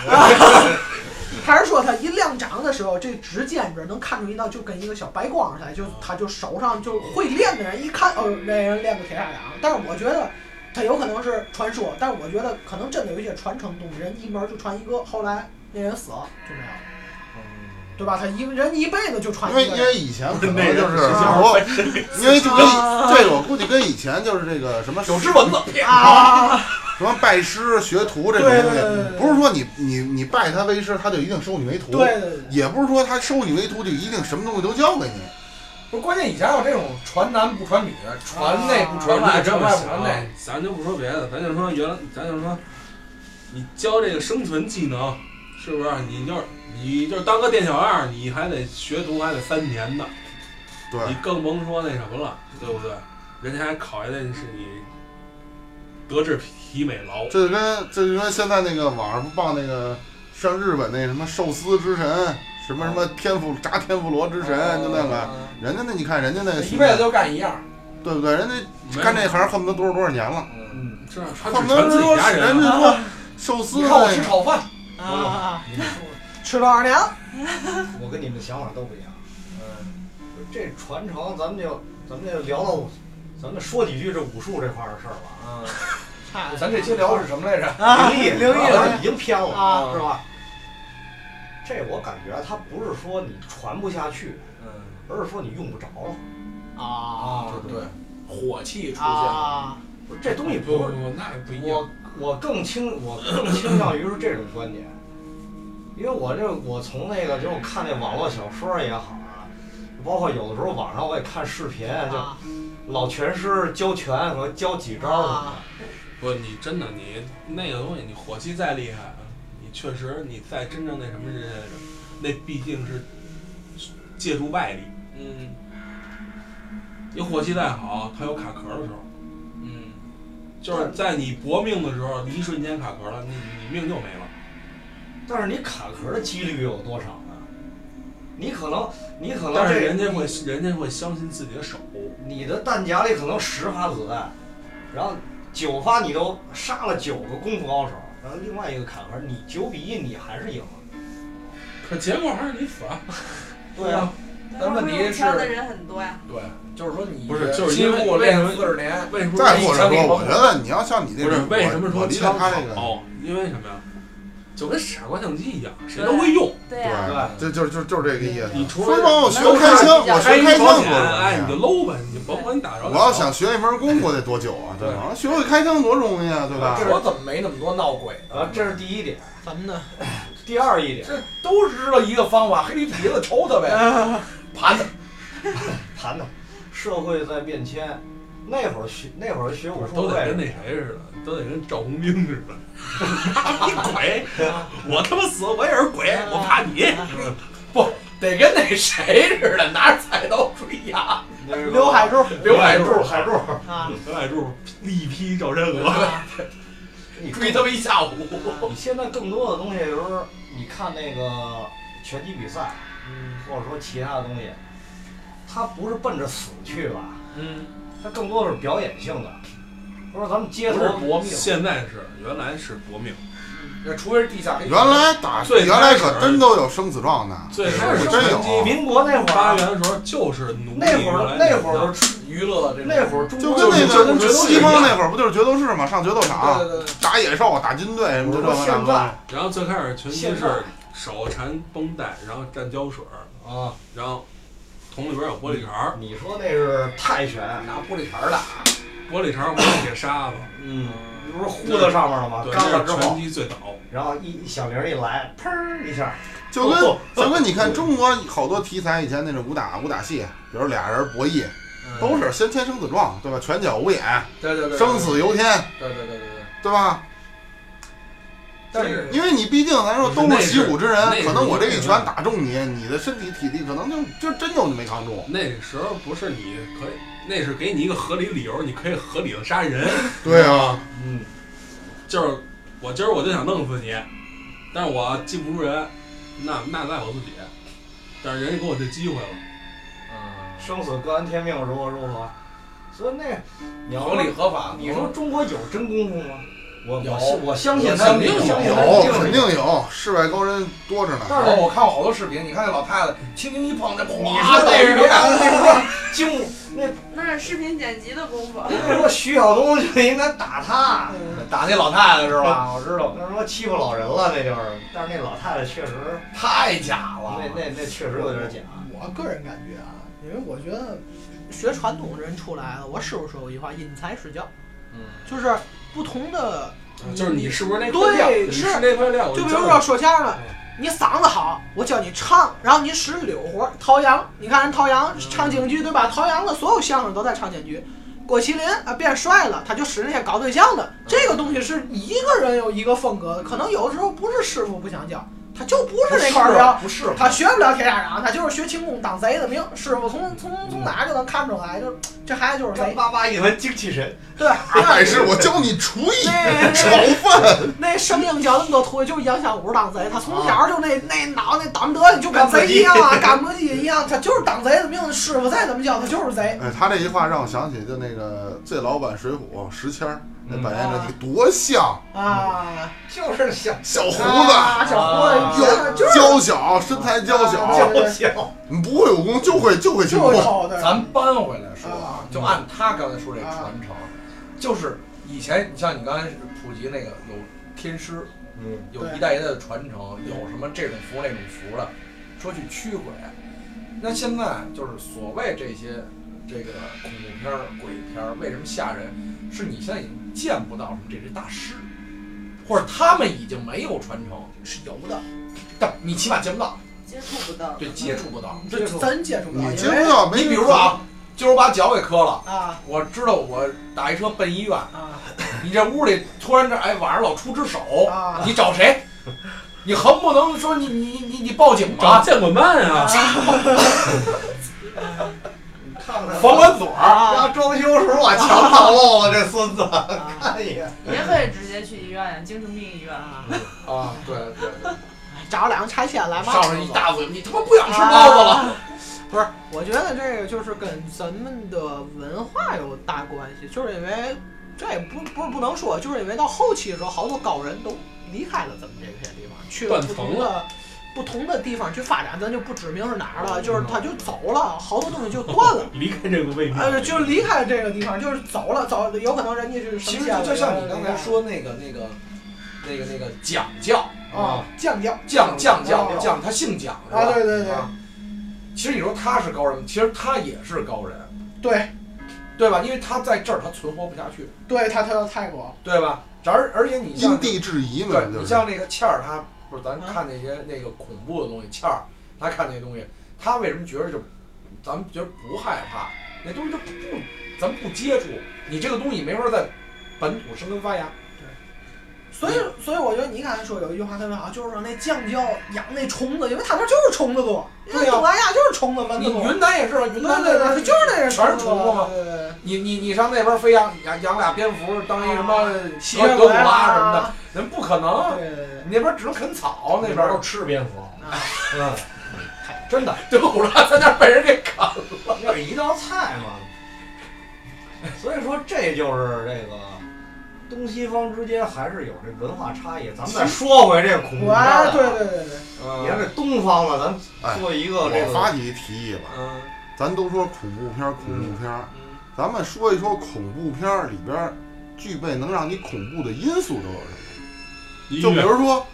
[SPEAKER 2] 还是说他音量长的时候，这指尖这能看出一道就跟一个小白光似的，就他就手上就会练的人一看，哦，那人练过铁砂掌。但是我觉得他有可能是传说，但是我觉得可能真的有一些传承东西，人一门就传一个，后来那人死了就没有了，对吧？他一人一辈子就传
[SPEAKER 4] 因
[SPEAKER 2] 一
[SPEAKER 4] 为
[SPEAKER 2] 个
[SPEAKER 4] 因
[SPEAKER 2] 人
[SPEAKER 4] 为以前可
[SPEAKER 3] 那
[SPEAKER 4] 能就是啊
[SPEAKER 3] 人
[SPEAKER 4] 我，因为就跟
[SPEAKER 2] 啊
[SPEAKER 4] 对我估计跟以前就是这个什么
[SPEAKER 1] 有吃蚊子，
[SPEAKER 2] 啊，
[SPEAKER 4] 什么拜师学徒这
[SPEAKER 2] 对
[SPEAKER 4] 种
[SPEAKER 2] 对
[SPEAKER 4] 东
[SPEAKER 2] 对
[SPEAKER 4] 西，不是说你你你拜他为师，他就一定收你为徒，
[SPEAKER 2] 对对对，
[SPEAKER 4] 也不是说他收你为徒就一定什么东西都教给你。
[SPEAKER 1] 不是，关键以前有这种传男不传女，传内不传外，
[SPEAKER 3] 这
[SPEAKER 1] 传
[SPEAKER 3] 么
[SPEAKER 1] 外不
[SPEAKER 3] 想
[SPEAKER 1] 传
[SPEAKER 3] 啊
[SPEAKER 1] 内。，
[SPEAKER 3] 咱就不说别的，咱就说原来，咱就说，你教这个生存技能，是不是？你就是你就是当个店小二，你还得学徒还得三年呢，
[SPEAKER 4] 对，
[SPEAKER 3] 你更甭说那什么了，对不对？人家还考验的是你德智体美劳，
[SPEAKER 4] 这就跟这就跟现在那个网上不报那个上日本那什么寿司之神，什么什么天妇炸天妇
[SPEAKER 1] 啊
[SPEAKER 4] 罗之神，
[SPEAKER 2] 哦
[SPEAKER 4] 就那个。人家那你看人家那
[SPEAKER 1] 一辈子就干一样。
[SPEAKER 4] 对不对？人家干这行恨不得多少多少年了，
[SPEAKER 1] 嗯，
[SPEAKER 5] 嗯，
[SPEAKER 3] 这他
[SPEAKER 4] 恨
[SPEAKER 3] 只传自
[SPEAKER 4] 不得
[SPEAKER 3] 己
[SPEAKER 4] 说
[SPEAKER 3] 家人
[SPEAKER 4] 人
[SPEAKER 3] 啊，
[SPEAKER 4] 家说寿司
[SPEAKER 1] 你看我吃
[SPEAKER 4] 那
[SPEAKER 1] 炒饭，
[SPEAKER 2] 啊啊啊！吃多少年了？
[SPEAKER 5] 我跟你们的想法都不一样。
[SPEAKER 1] 嗯，
[SPEAKER 5] 这传承，咱们就咱们就聊到，咱们说几句这武术这块儿的事儿吧。
[SPEAKER 1] 嗯咱这期聊的是什么来着？
[SPEAKER 2] 啊，
[SPEAKER 5] 灵异，
[SPEAKER 2] 灵异
[SPEAKER 5] 咱已经偏了，
[SPEAKER 2] 啊
[SPEAKER 5] 是吧？这我感觉它不是说你传不下去，
[SPEAKER 1] 嗯
[SPEAKER 5] 而是说你用不着了。
[SPEAKER 2] 啊
[SPEAKER 1] 啊，对，火气出现了，
[SPEAKER 2] 啊
[SPEAKER 5] 不是这东西
[SPEAKER 3] 不
[SPEAKER 5] 不
[SPEAKER 3] 不
[SPEAKER 5] 是
[SPEAKER 3] 不，那不一样
[SPEAKER 5] 我，我更倾我更倾向于是这种观点，因为我这我从那个就是看那网络小说也好啊，包括有的时候网上我也看视频，就
[SPEAKER 2] 啊
[SPEAKER 5] 老拳师教拳什么教几招什么
[SPEAKER 2] 啊
[SPEAKER 3] 不，你真的你那个东西，你火气再厉害，啊你确实你再真正那什么人，那毕竟是借助外力。
[SPEAKER 1] 嗯
[SPEAKER 3] 你火气再好，它有卡壳的时候，
[SPEAKER 1] 嗯，
[SPEAKER 3] 就是在你搏命的时候，你一瞬间卡壳了，你你命就没了。
[SPEAKER 5] 的，但是你卡壳的几率有多少呢？你可能你可能
[SPEAKER 3] 但是
[SPEAKER 5] 这
[SPEAKER 3] 人家会人家会相信自己的手，
[SPEAKER 5] 你的弹夹里可能十发子弹，然后九发你都杀了九个功夫高手，然后另外一个砍壳，你九比一你还是赢了。
[SPEAKER 3] 可结果还是你死啊。
[SPEAKER 5] 对啊，
[SPEAKER 1] 但问题
[SPEAKER 6] 会有
[SPEAKER 1] 是
[SPEAKER 6] 枪的人很多呀，
[SPEAKER 1] 对，就是说你
[SPEAKER 3] 不是就是因为
[SPEAKER 1] 辛苦
[SPEAKER 3] 为什
[SPEAKER 1] 练
[SPEAKER 3] 么
[SPEAKER 1] 四十年，
[SPEAKER 3] 为什么
[SPEAKER 4] 再
[SPEAKER 3] 一
[SPEAKER 4] 或者
[SPEAKER 3] 枪给
[SPEAKER 4] 说，
[SPEAKER 3] 你
[SPEAKER 4] 我觉得你要像你这
[SPEAKER 3] 不是
[SPEAKER 4] 种，
[SPEAKER 3] 为什么
[SPEAKER 4] 我
[SPEAKER 3] 说
[SPEAKER 4] 理解他
[SPEAKER 3] 枪
[SPEAKER 4] 这个，
[SPEAKER 3] 好？因为什么呀？就跟傻瓜相机一样，谁
[SPEAKER 5] 啊
[SPEAKER 3] 都会用。
[SPEAKER 6] 对
[SPEAKER 4] 对
[SPEAKER 2] 啊
[SPEAKER 6] 呀，
[SPEAKER 5] 对，
[SPEAKER 4] 这就就就是这个
[SPEAKER 5] 啊
[SPEAKER 4] 意思。
[SPEAKER 3] 你除
[SPEAKER 4] 说
[SPEAKER 3] 了
[SPEAKER 4] 帮我学开枪，我学开枪
[SPEAKER 3] 保
[SPEAKER 4] 多
[SPEAKER 3] 险，哎，你
[SPEAKER 4] 容
[SPEAKER 3] 就
[SPEAKER 4] 易啊！
[SPEAKER 3] 搂呗，你甭管你打着。
[SPEAKER 4] 我要想学一门功，我得多久啊？对吧？学会开枪多容易啊，对吧？
[SPEAKER 1] 我怎么没那么多闹鬼
[SPEAKER 5] 啊
[SPEAKER 1] 呢？，
[SPEAKER 5] 这是第一点。
[SPEAKER 2] 怎么呢？
[SPEAKER 5] 第二一点，
[SPEAKER 1] 这都知道一个方法，黑驴蹄子抽他呗，盘他。
[SPEAKER 5] 谈谈社会在变迁。那会儿学那会儿学武术
[SPEAKER 3] 都得跟那
[SPEAKER 5] 会，
[SPEAKER 3] 谁似的，都得跟赵红兵似的。 你鬼！我他妈死，我也是鬼，我怕你。
[SPEAKER 1] 不得跟那谁似的，拿着菜刀追牙。
[SPEAKER 5] 那是
[SPEAKER 2] 刘海柱，
[SPEAKER 1] 刘海
[SPEAKER 5] 柱
[SPEAKER 1] 柱
[SPEAKER 5] 海柱，
[SPEAKER 2] 啊，
[SPEAKER 3] 何海柱力劈赵山河，
[SPEAKER 5] 你
[SPEAKER 1] 追他们一下午。
[SPEAKER 5] 你现在更多的东西，有时候你看那个拳击比赛，
[SPEAKER 1] 嗯
[SPEAKER 5] 或者说其他的东西，它不是奔着死去吧？
[SPEAKER 1] 嗯，
[SPEAKER 5] 它更多的是表演性的。不是咱们街头
[SPEAKER 1] 不是搏命
[SPEAKER 3] 现在是，原来是搏命。
[SPEAKER 1] 那除非是地下黑。
[SPEAKER 4] 原来打
[SPEAKER 3] 最开始
[SPEAKER 4] 原来可真都有生死状呢，
[SPEAKER 3] 最
[SPEAKER 5] 是
[SPEAKER 3] 开始
[SPEAKER 4] 我真有
[SPEAKER 5] 是民国那会
[SPEAKER 3] 发
[SPEAKER 5] 儿，
[SPEAKER 3] 源的时候就是奴隶。
[SPEAKER 5] 那会儿那会儿
[SPEAKER 1] 啊娱乐这种
[SPEAKER 5] 那会儿中
[SPEAKER 4] 就
[SPEAKER 5] 国
[SPEAKER 4] 跟那
[SPEAKER 3] 就跟
[SPEAKER 4] 个
[SPEAKER 3] 决斗士
[SPEAKER 4] 西方
[SPEAKER 3] 一样
[SPEAKER 4] 那会儿不就是决斗士嘛，上决斗
[SPEAKER 1] 啊对
[SPEAKER 5] 啊
[SPEAKER 4] 场
[SPEAKER 1] 对对，
[SPEAKER 4] 打野兽、打军队什么
[SPEAKER 5] 我
[SPEAKER 4] 就这
[SPEAKER 5] 说
[SPEAKER 4] 个那啊
[SPEAKER 5] 现在啊
[SPEAKER 4] 个。
[SPEAKER 3] 然后最开始拳击
[SPEAKER 5] 现在
[SPEAKER 3] 是手缠绷带，然后蘸胶水，
[SPEAKER 5] 啊，
[SPEAKER 3] 然后桶里边有玻璃碴儿，
[SPEAKER 5] 你说那是泰拳，
[SPEAKER 1] 拿啊玻璃碴儿打。
[SPEAKER 3] 玻璃碴儿往上铁沙子，
[SPEAKER 5] 嗯，你不是糊到上面了吗？
[SPEAKER 3] 对，
[SPEAKER 5] 啊干了
[SPEAKER 3] 这
[SPEAKER 5] 之
[SPEAKER 3] 是拳
[SPEAKER 5] 后，
[SPEAKER 3] 击最早。
[SPEAKER 5] 然后一一小铃儿一来，砰儿一下，
[SPEAKER 4] 就跟
[SPEAKER 5] 哦
[SPEAKER 4] 就跟你看中国好多题材以前那种武打武打戏，比如俩人博弈，
[SPEAKER 5] 嗯
[SPEAKER 4] 都是先天生死状，对吧？拳脚无眼，
[SPEAKER 1] 对对对，
[SPEAKER 4] 生死由天，
[SPEAKER 1] 对对对对对。
[SPEAKER 4] 对吧？
[SPEAKER 1] 但是
[SPEAKER 4] 因为你毕竟咱说都
[SPEAKER 3] 那
[SPEAKER 4] 是
[SPEAKER 3] 是
[SPEAKER 4] 习武之
[SPEAKER 3] 那
[SPEAKER 4] 人，
[SPEAKER 3] 是
[SPEAKER 4] 可能我这
[SPEAKER 3] 一
[SPEAKER 4] 一
[SPEAKER 3] 定
[SPEAKER 4] 拳
[SPEAKER 3] 的
[SPEAKER 4] 打中你，你的身体体力可能就就真就没扛住。
[SPEAKER 3] 那时候不是你可以，那是给你一个合理理由，你可以合理的杀人。
[SPEAKER 4] 对啊，
[SPEAKER 5] 嗯，
[SPEAKER 3] 就是我今儿我就想弄死你，但是我技不如人，那那赖我自己。但是人家给我这机会了，
[SPEAKER 1] 嗯
[SPEAKER 5] 生死各安天命，如何如何。所以那你要
[SPEAKER 1] 合理合法，嗯
[SPEAKER 5] 你说中国有真功夫吗？我
[SPEAKER 1] 有
[SPEAKER 5] 我信我相信
[SPEAKER 1] 我
[SPEAKER 5] 他
[SPEAKER 1] 肯定
[SPEAKER 5] 我相信他
[SPEAKER 4] 有
[SPEAKER 5] 肯
[SPEAKER 4] 肯
[SPEAKER 5] 定
[SPEAKER 4] 定有，世外高人多着呢。
[SPEAKER 5] 但
[SPEAKER 1] 然
[SPEAKER 5] 是
[SPEAKER 1] 后我看过好多视频，你看那老太太轻轻一碰，这
[SPEAKER 5] 你
[SPEAKER 1] 哗，
[SPEAKER 5] 说
[SPEAKER 1] 那
[SPEAKER 5] 那
[SPEAKER 1] 是
[SPEAKER 5] 是啊
[SPEAKER 1] 什么？
[SPEAKER 5] 精武，那
[SPEAKER 6] 那是视频剪辑的功夫。
[SPEAKER 5] 那说徐晓东就应该打他，
[SPEAKER 1] 嗯
[SPEAKER 5] 嗯
[SPEAKER 1] 打那老太太是吧？我知道，
[SPEAKER 5] 那说欺负老人了，那就是。但是那老太太确实，
[SPEAKER 1] 太假了
[SPEAKER 5] 那。那那确实有点假。啊
[SPEAKER 2] 我个人感觉啊，因为我觉得学传统的人出来了，我师傅说过一句话：因材施教，
[SPEAKER 1] 嗯，
[SPEAKER 2] 就是不同的，
[SPEAKER 3] 就是你是不是那块料？
[SPEAKER 2] 对
[SPEAKER 3] 你
[SPEAKER 2] 是
[SPEAKER 3] 是嗯那块料？
[SPEAKER 2] 就
[SPEAKER 3] 我
[SPEAKER 2] 比
[SPEAKER 3] 教
[SPEAKER 2] 如
[SPEAKER 3] 你
[SPEAKER 2] 说说相声的，你嗓子好，我教你唱，然后你使柳活。陶阳，你看人陶阳唱京剧对吧？陶阳的所有相声都在唱京剧。郭麒麟啊变帅了，他就使那些搞对象的。这个东西是一个人有一个风格的，可能有的时候不是师傅不想教，他就不是那块
[SPEAKER 5] 啊
[SPEAKER 2] 料。
[SPEAKER 1] 不是
[SPEAKER 2] 他学不了铁砂掌，他就是学轻功当贼的命。师傅从从从哪儿就能看出来，就这孩子就是
[SPEAKER 5] 干
[SPEAKER 2] 贼。
[SPEAKER 5] 巴巴一团精气神，
[SPEAKER 2] 对，
[SPEAKER 4] 大师，哎我教你厨艺，
[SPEAKER 2] 那
[SPEAKER 4] 炒
[SPEAKER 2] 那
[SPEAKER 4] 饭。
[SPEAKER 2] 那声音教那么多徒弟，就是杨小五当贼。他从
[SPEAKER 4] 啊
[SPEAKER 2] 小就那那脑袋当得就跟贼一样 啊，干不鸡一样，他就是当贼的命。师傅再怎么教，他就是贼。
[SPEAKER 4] 哎，他这一话让我想起就那个最老版《水浒》石谦儿那
[SPEAKER 5] 嗯
[SPEAKER 4] 扮演者，你多像
[SPEAKER 2] 啊，
[SPEAKER 5] 就是想
[SPEAKER 4] 嗯小胡子，
[SPEAKER 2] 啊，小胡子，
[SPEAKER 4] 又
[SPEAKER 2] 就是
[SPEAKER 4] 娇小，身材娇
[SPEAKER 2] 啊哦
[SPEAKER 4] 小，
[SPEAKER 5] 搞笑。
[SPEAKER 4] 你不会武功就会就会轻
[SPEAKER 2] 就是
[SPEAKER 4] 功。
[SPEAKER 2] 偷的。
[SPEAKER 1] 咱搬回来说啊
[SPEAKER 2] 啊，
[SPEAKER 1] 就按他刚才说这传承，
[SPEAKER 5] 啊
[SPEAKER 1] 就是以前你像你刚才普及那个有天师，
[SPEAKER 5] 嗯，
[SPEAKER 1] 有
[SPEAKER 2] 对
[SPEAKER 1] 一代一代的传承，有什么这种符那种符的，说去驱鬼。那现在就是所谓这些这个恐怖片儿、鬼片儿，为什么吓人？是你现在已经见不到什么这些大师，或者他们已经没有传承，
[SPEAKER 2] 是有的，
[SPEAKER 1] 但你起码见不到，
[SPEAKER 6] 接触不到。
[SPEAKER 1] 对，接触不到。
[SPEAKER 2] 这真接触不到。
[SPEAKER 4] 你
[SPEAKER 2] 因
[SPEAKER 4] 接
[SPEAKER 2] 为
[SPEAKER 4] 触到没？
[SPEAKER 1] 你比如说啊，今儿我把脚给磕了，
[SPEAKER 2] 啊
[SPEAKER 1] 我知道我打一车奔医院，
[SPEAKER 2] 啊
[SPEAKER 1] 你这屋里突然这哎晚上老出只手，
[SPEAKER 2] 啊
[SPEAKER 1] 你找谁？你横不能说你你你你报警
[SPEAKER 3] 找
[SPEAKER 1] 吧？
[SPEAKER 3] 见管办啊，
[SPEAKER 5] 你看看
[SPEAKER 1] 房管所儿
[SPEAKER 2] 啊
[SPEAKER 5] 家装修时候把墙套漏了，这孙子，
[SPEAKER 2] 啊！
[SPEAKER 5] 看一眼。
[SPEAKER 6] 也可以直接去医院，精神病医院啊。
[SPEAKER 1] 啊，对对对，
[SPEAKER 2] 找两个拆迁来嘛，
[SPEAKER 1] 上来一大嘴，你他妈不想吃包子了？
[SPEAKER 2] 啊不是，我觉得这个就是跟咱们的文化有大关系，就是因为这也不不是不能说，就是因为到后期的时候，好多高人都离开了咱们这片地方，去了
[SPEAKER 3] 断
[SPEAKER 2] 不
[SPEAKER 3] 层。
[SPEAKER 2] 同的不同的地方去发展，咱就不指明是哪儿了，就是他就走了，好多东西就断了
[SPEAKER 3] 哦嗯 离开这个位置。
[SPEAKER 2] 呃，就离开了这个地方，就是走了，走了，有可能人家是
[SPEAKER 1] 其
[SPEAKER 2] 神
[SPEAKER 1] 实
[SPEAKER 2] 仙了
[SPEAKER 1] 就像你刚才说那个那个那个那个蒋教
[SPEAKER 2] 啊，降调
[SPEAKER 1] 将将
[SPEAKER 2] 哦
[SPEAKER 1] 将将，他姓蒋是吧？
[SPEAKER 2] 啊，对对对
[SPEAKER 1] 啊其实你说他是高人，其实他也是高人，
[SPEAKER 2] 对
[SPEAKER 1] 对吧？因为他在这儿他存活不下去，
[SPEAKER 2] 对，他他到泰国，
[SPEAKER 1] 对吧？而而且你像
[SPEAKER 4] 因地制宜嘛
[SPEAKER 1] 对，，
[SPEAKER 4] 就
[SPEAKER 1] 你
[SPEAKER 4] 是
[SPEAKER 1] 像那个倩儿，她不是咱
[SPEAKER 2] 啊
[SPEAKER 1] 看那些那个恐怖的东西，欠儿他看那东西，他为什么觉得就咱们觉得不害怕？那东西就不，咱们不接触，你这个东西没法在本土生根发芽。
[SPEAKER 2] 所以，所以我觉得你刚才说有一句话特别好，就是说那酱椒养那虫子，因为他那儿就是虫子多，因为
[SPEAKER 1] 对呀
[SPEAKER 2] 东南亚嗯就是虫子闷
[SPEAKER 1] 你
[SPEAKER 2] 得多。
[SPEAKER 1] 云南也是啊吧？云
[SPEAKER 2] 对
[SPEAKER 1] 南
[SPEAKER 2] 嗯
[SPEAKER 1] 那
[SPEAKER 2] 对对，
[SPEAKER 1] 边
[SPEAKER 2] 它就是那人
[SPEAKER 1] 全是
[SPEAKER 2] 虫
[SPEAKER 1] 虫
[SPEAKER 2] 子
[SPEAKER 1] 子嘛。
[SPEAKER 2] 对对对
[SPEAKER 1] 你你你上那边非养养养俩蝙蝠当一什么
[SPEAKER 2] 吸
[SPEAKER 1] 德
[SPEAKER 2] 血
[SPEAKER 1] 德古
[SPEAKER 2] 鬼
[SPEAKER 1] 拉什么的，
[SPEAKER 2] 啊
[SPEAKER 1] 人不可能。
[SPEAKER 2] 对对对嗯
[SPEAKER 1] 你那边只能啃草，那
[SPEAKER 5] 那
[SPEAKER 1] 边
[SPEAKER 5] 边
[SPEAKER 1] 儿
[SPEAKER 5] 都吃蝙蝠，
[SPEAKER 2] 啊，
[SPEAKER 5] 嗯，
[SPEAKER 1] 真的德古拉在那儿被人给啃了。
[SPEAKER 5] 那是一道菜嘛。所以说，这就是这个东西方之间还是有这文化差异。咱们再说回这恐怖片儿
[SPEAKER 2] 我
[SPEAKER 5] 啊
[SPEAKER 2] 哎对对对对，
[SPEAKER 5] 你看这东方了，
[SPEAKER 4] 哎
[SPEAKER 5] 咱做一个这
[SPEAKER 4] 我发
[SPEAKER 5] 个，
[SPEAKER 4] 起一提议吧，
[SPEAKER 1] 嗯
[SPEAKER 4] 咱都说恐怖片儿，恐怖片儿，
[SPEAKER 1] 嗯
[SPEAKER 4] 咱们说一说恐怖片儿里边儿具备能让你恐怖的因素都有什么？就
[SPEAKER 3] 音
[SPEAKER 4] 比
[SPEAKER 3] 乐
[SPEAKER 4] 如说，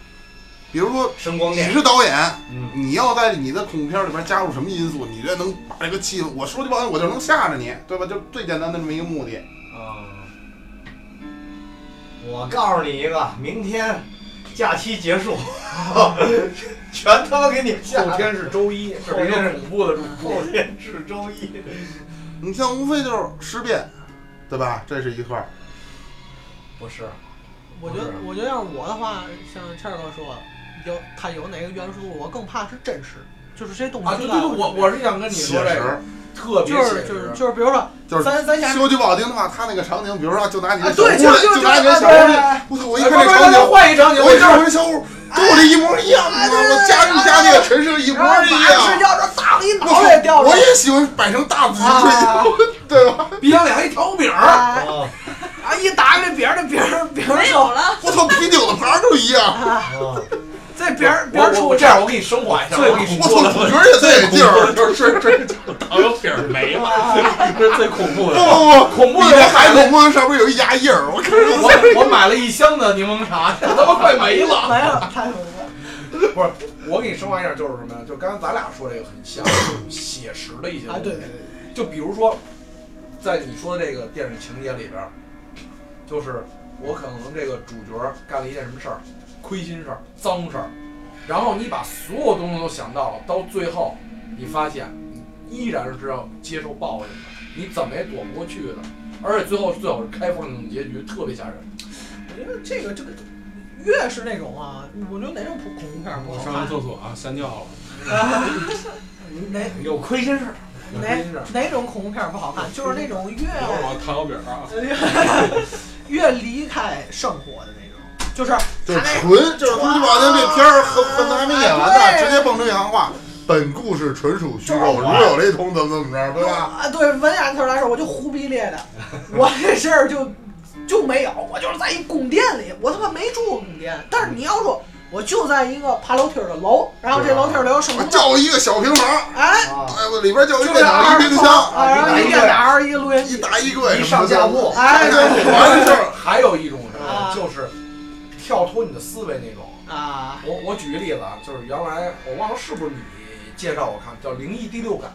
[SPEAKER 4] 比如说
[SPEAKER 5] 声光
[SPEAKER 4] 你
[SPEAKER 5] 电，
[SPEAKER 4] 是导演，
[SPEAKER 5] 嗯，
[SPEAKER 4] 你要在你的恐怖片儿里边加入什么因素，你这能把这个气氛，我说句不好听，我就能吓着你，对吧？就最简单的这么一个目的。
[SPEAKER 5] 啊，我告诉你一个，明天假期结束，全他妈给你吓
[SPEAKER 1] 后天是周一，这是一个恐怖的
[SPEAKER 2] 嗯
[SPEAKER 1] 主
[SPEAKER 5] 后
[SPEAKER 1] 题。
[SPEAKER 5] 天是周一，
[SPEAKER 4] 你像无非就是尸变，对吧？这是一块儿。
[SPEAKER 5] 不是，
[SPEAKER 1] 啊
[SPEAKER 2] 我觉得我觉得要是我的话，像倩儿哥说，有他有哪个元素我更怕是真实，就是这东西
[SPEAKER 1] 啊，
[SPEAKER 2] 就
[SPEAKER 1] 对
[SPEAKER 2] 在
[SPEAKER 1] 对对，我我是想跟你
[SPEAKER 4] 写
[SPEAKER 1] 说这个，
[SPEAKER 4] 实，
[SPEAKER 1] 特别
[SPEAKER 2] 就是
[SPEAKER 1] 写
[SPEAKER 2] 就是
[SPEAKER 1] 实。哎
[SPEAKER 2] 就是，比如说
[SPEAKER 4] 就是
[SPEAKER 2] 咱咱想。
[SPEAKER 4] 说句不好听的话，他那个场景，比如说就拿你的
[SPEAKER 2] 啊，
[SPEAKER 4] 小屋
[SPEAKER 2] 对，
[SPEAKER 4] 里，
[SPEAKER 2] 就是就是啊
[SPEAKER 4] 拿你的小
[SPEAKER 2] 对
[SPEAKER 4] 屋
[SPEAKER 2] 对
[SPEAKER 4] 里，
[SPEAKER 2] 对
[SPEAKER 4] 我操！我一
[SPEAKER 1] 哎不
[SPEAKER 4] 看
[SPEAKER 1] 是不
[SPEAKER 4] 这
[SPEAKER 1] 是
[SPEAKER 4] 场
[SPEAKER 1] 咱
[SPEAKER 4] 景，
[SPEAKER 1] 换一场景，
[SPEAKER 4] 我一看
[SPEAKER 1] 就是
[SPEAKER 4] 我这小屋跟我这一模一样，
[SPEAKER 2] 哎对
[SPEAKER 4] 我
[SPEAKER 2] 对
[SPEAKER 4] 家具
[SPEAKER 2] 对
[SPEAKER 4] 家电全是一模
[SPEAKER 2] 然后
[SPEAKER 4] 一
[SPEAKER 2] 晚上睡
[SPEAKER 4] 样。
[SPEAKER 2] 觉的时候，当一脑
[SPEAKER 4] 我
[SPEAKER 2] 袋掉
[SPEAKER 4] 操
[SPEAKER 2] 出
[SPEAKER 4] 我
[SPEAKER 2] 来，
[SPEAKER 4] 也喜欢摆成大字型睡
[SPEAKER 2] 啊
[SPEAKER 4] 觉，对吧？
[SPEAKER 1] 鼻梁俩一条饼儿，
[SPEAKER 2] 啊
[SPEAKER 5] 啊
[SPEAKER 2] 啊！一打开这别人的别人别人
[SPEAKER 6] 没
[SPEAKER 2] 手
[SPEAKER 6] 有了，
[SPEAKER 4] 我操，啤酒的牌儿都一样。
[SPEAKER 2] 啊，
[SPEAKER 5] 啊，
[SPEAKER 2] 这别人别
[SPEAKER 1] 我我
[SPEAKER 2] 人出
[SPEAKER 1] 我这样，我给你升华一下，
[SPEAKER 3] 最
[SPEAKER 1] 我给你
[SPEAKER 3] 恐
[SPEAKER 4] 我
[SPEAKER 3] 怖
[SPEAKER 4] 操，
[SPEAKER 3] 的
[SPEAKER 4] 主角也最得劲儿。
[SPEAKER 3] 就是睡睡觉糖油哦饼儿没了，这是最恐怖
[SPEAKER 4] 不
[SPEAKER 3] 的。
[SPEAKER 4] 不不，
[SPEAKER 1] 恐怖
[SPEAKER 4] 你
[SPEAKER 1] 的
[SPEAKER 4] 这
[SPEAKER 1] 还
[SPEAKER 4] 还恐怖的上面有一牙印儿，我看着
[SPEAKER 1] 我我买了一箱子柠檬茶，这他妈快没了。
[SPEAKER 2] 没了，太狠了。
[SPEAKER 1] 不是，我给你升华一下，就是什么呀？就刚才咱俩说这个很 像，写实的一些东
[SPEAKER 2] 啊，
[SPEAKER 1] 西。
[SPEAKER 2] 对对对，
[SPEAKER 1] 就比如说，在你说这个电影情节里边儿，就是我可能这个主角儿干了一件什么事儿，亏心事儿、脏事儿，然后你把所有东西都想到了，到最后你发现你依然是要接受报应的，你怎么也躲不过去的。而且最后最好是开放性结局，特别吓人。
[SPEAKER 2] 我觉得这个这个越是那种啊，我觉得哪种恐恐怖片儿不
[SPEAKER 3] 我
[SPEAKER 2] 好
[SPEAKER 3] 上
[SPEAKER 2] 看
[SPEAKER 3] 完，厕所啊，吓尿了。
[SPEAKER 2] 哪
[SPEAKER 5] 有亏心事儿，
[SPEAKER 2] 哪哪种恐怖片儿不好看，就是那种越呃
[SPEAKER 3] 一会儿我糖油饼儿啊，
[SPEAKER 2] 越 离开生活的那种，就是
[SPEAKER 4] 就是纯，就是说句不好听，这片儿和和咱还没演完呢，直接蹦出一行话：本故事纯属虚构，如有雷同，怎么怎么着，对吧？
[SPEAKER 2] 啊，对文雅词儿来说，我就忽必烈的，我这事儿就就没有，我就是在一宫殿里，我他妈没住过宫殿。但是你要说，我就在一个爬楼梯儿的楼，然后这楼梯儿里有什么
[SPEAKER 4] 我？就一个小平房，
[SPEAKER 2] 哎，
[SPEAKER 5] 啊，
[SPEAKER 4] 哎，我里边就一
[SPEAKER 2] 就
[SPEAKER 4] 电
[SPEAKER 2] 这
[SPEAKER 4] 脑、
[SPEAKER 2] 二
[SPEAKER 4] 一冰箱，
[SPEAKER 2] 啊，然后一电脑儿一录音
[SPEAKER 4] 一
[SPEAKER 2] 机，
[SPEAKER 4] 大衣柜，
[SPEAKER 5] 一上架步，
[SPEAKER 2] 哎，对
[SPEAKER 4] 完事儿。
[SPEAKER 1] 还有一种什么
[SPEAKER 2] 啊
[SPEAKER 1] 呀，就是跳脱你的思维那种。
[SPEAKER 2] 啊，
[SPEAKER 1] 我我举个例子啊，就是原来我忘了是不是你介绍我看叫《灵异第六感》，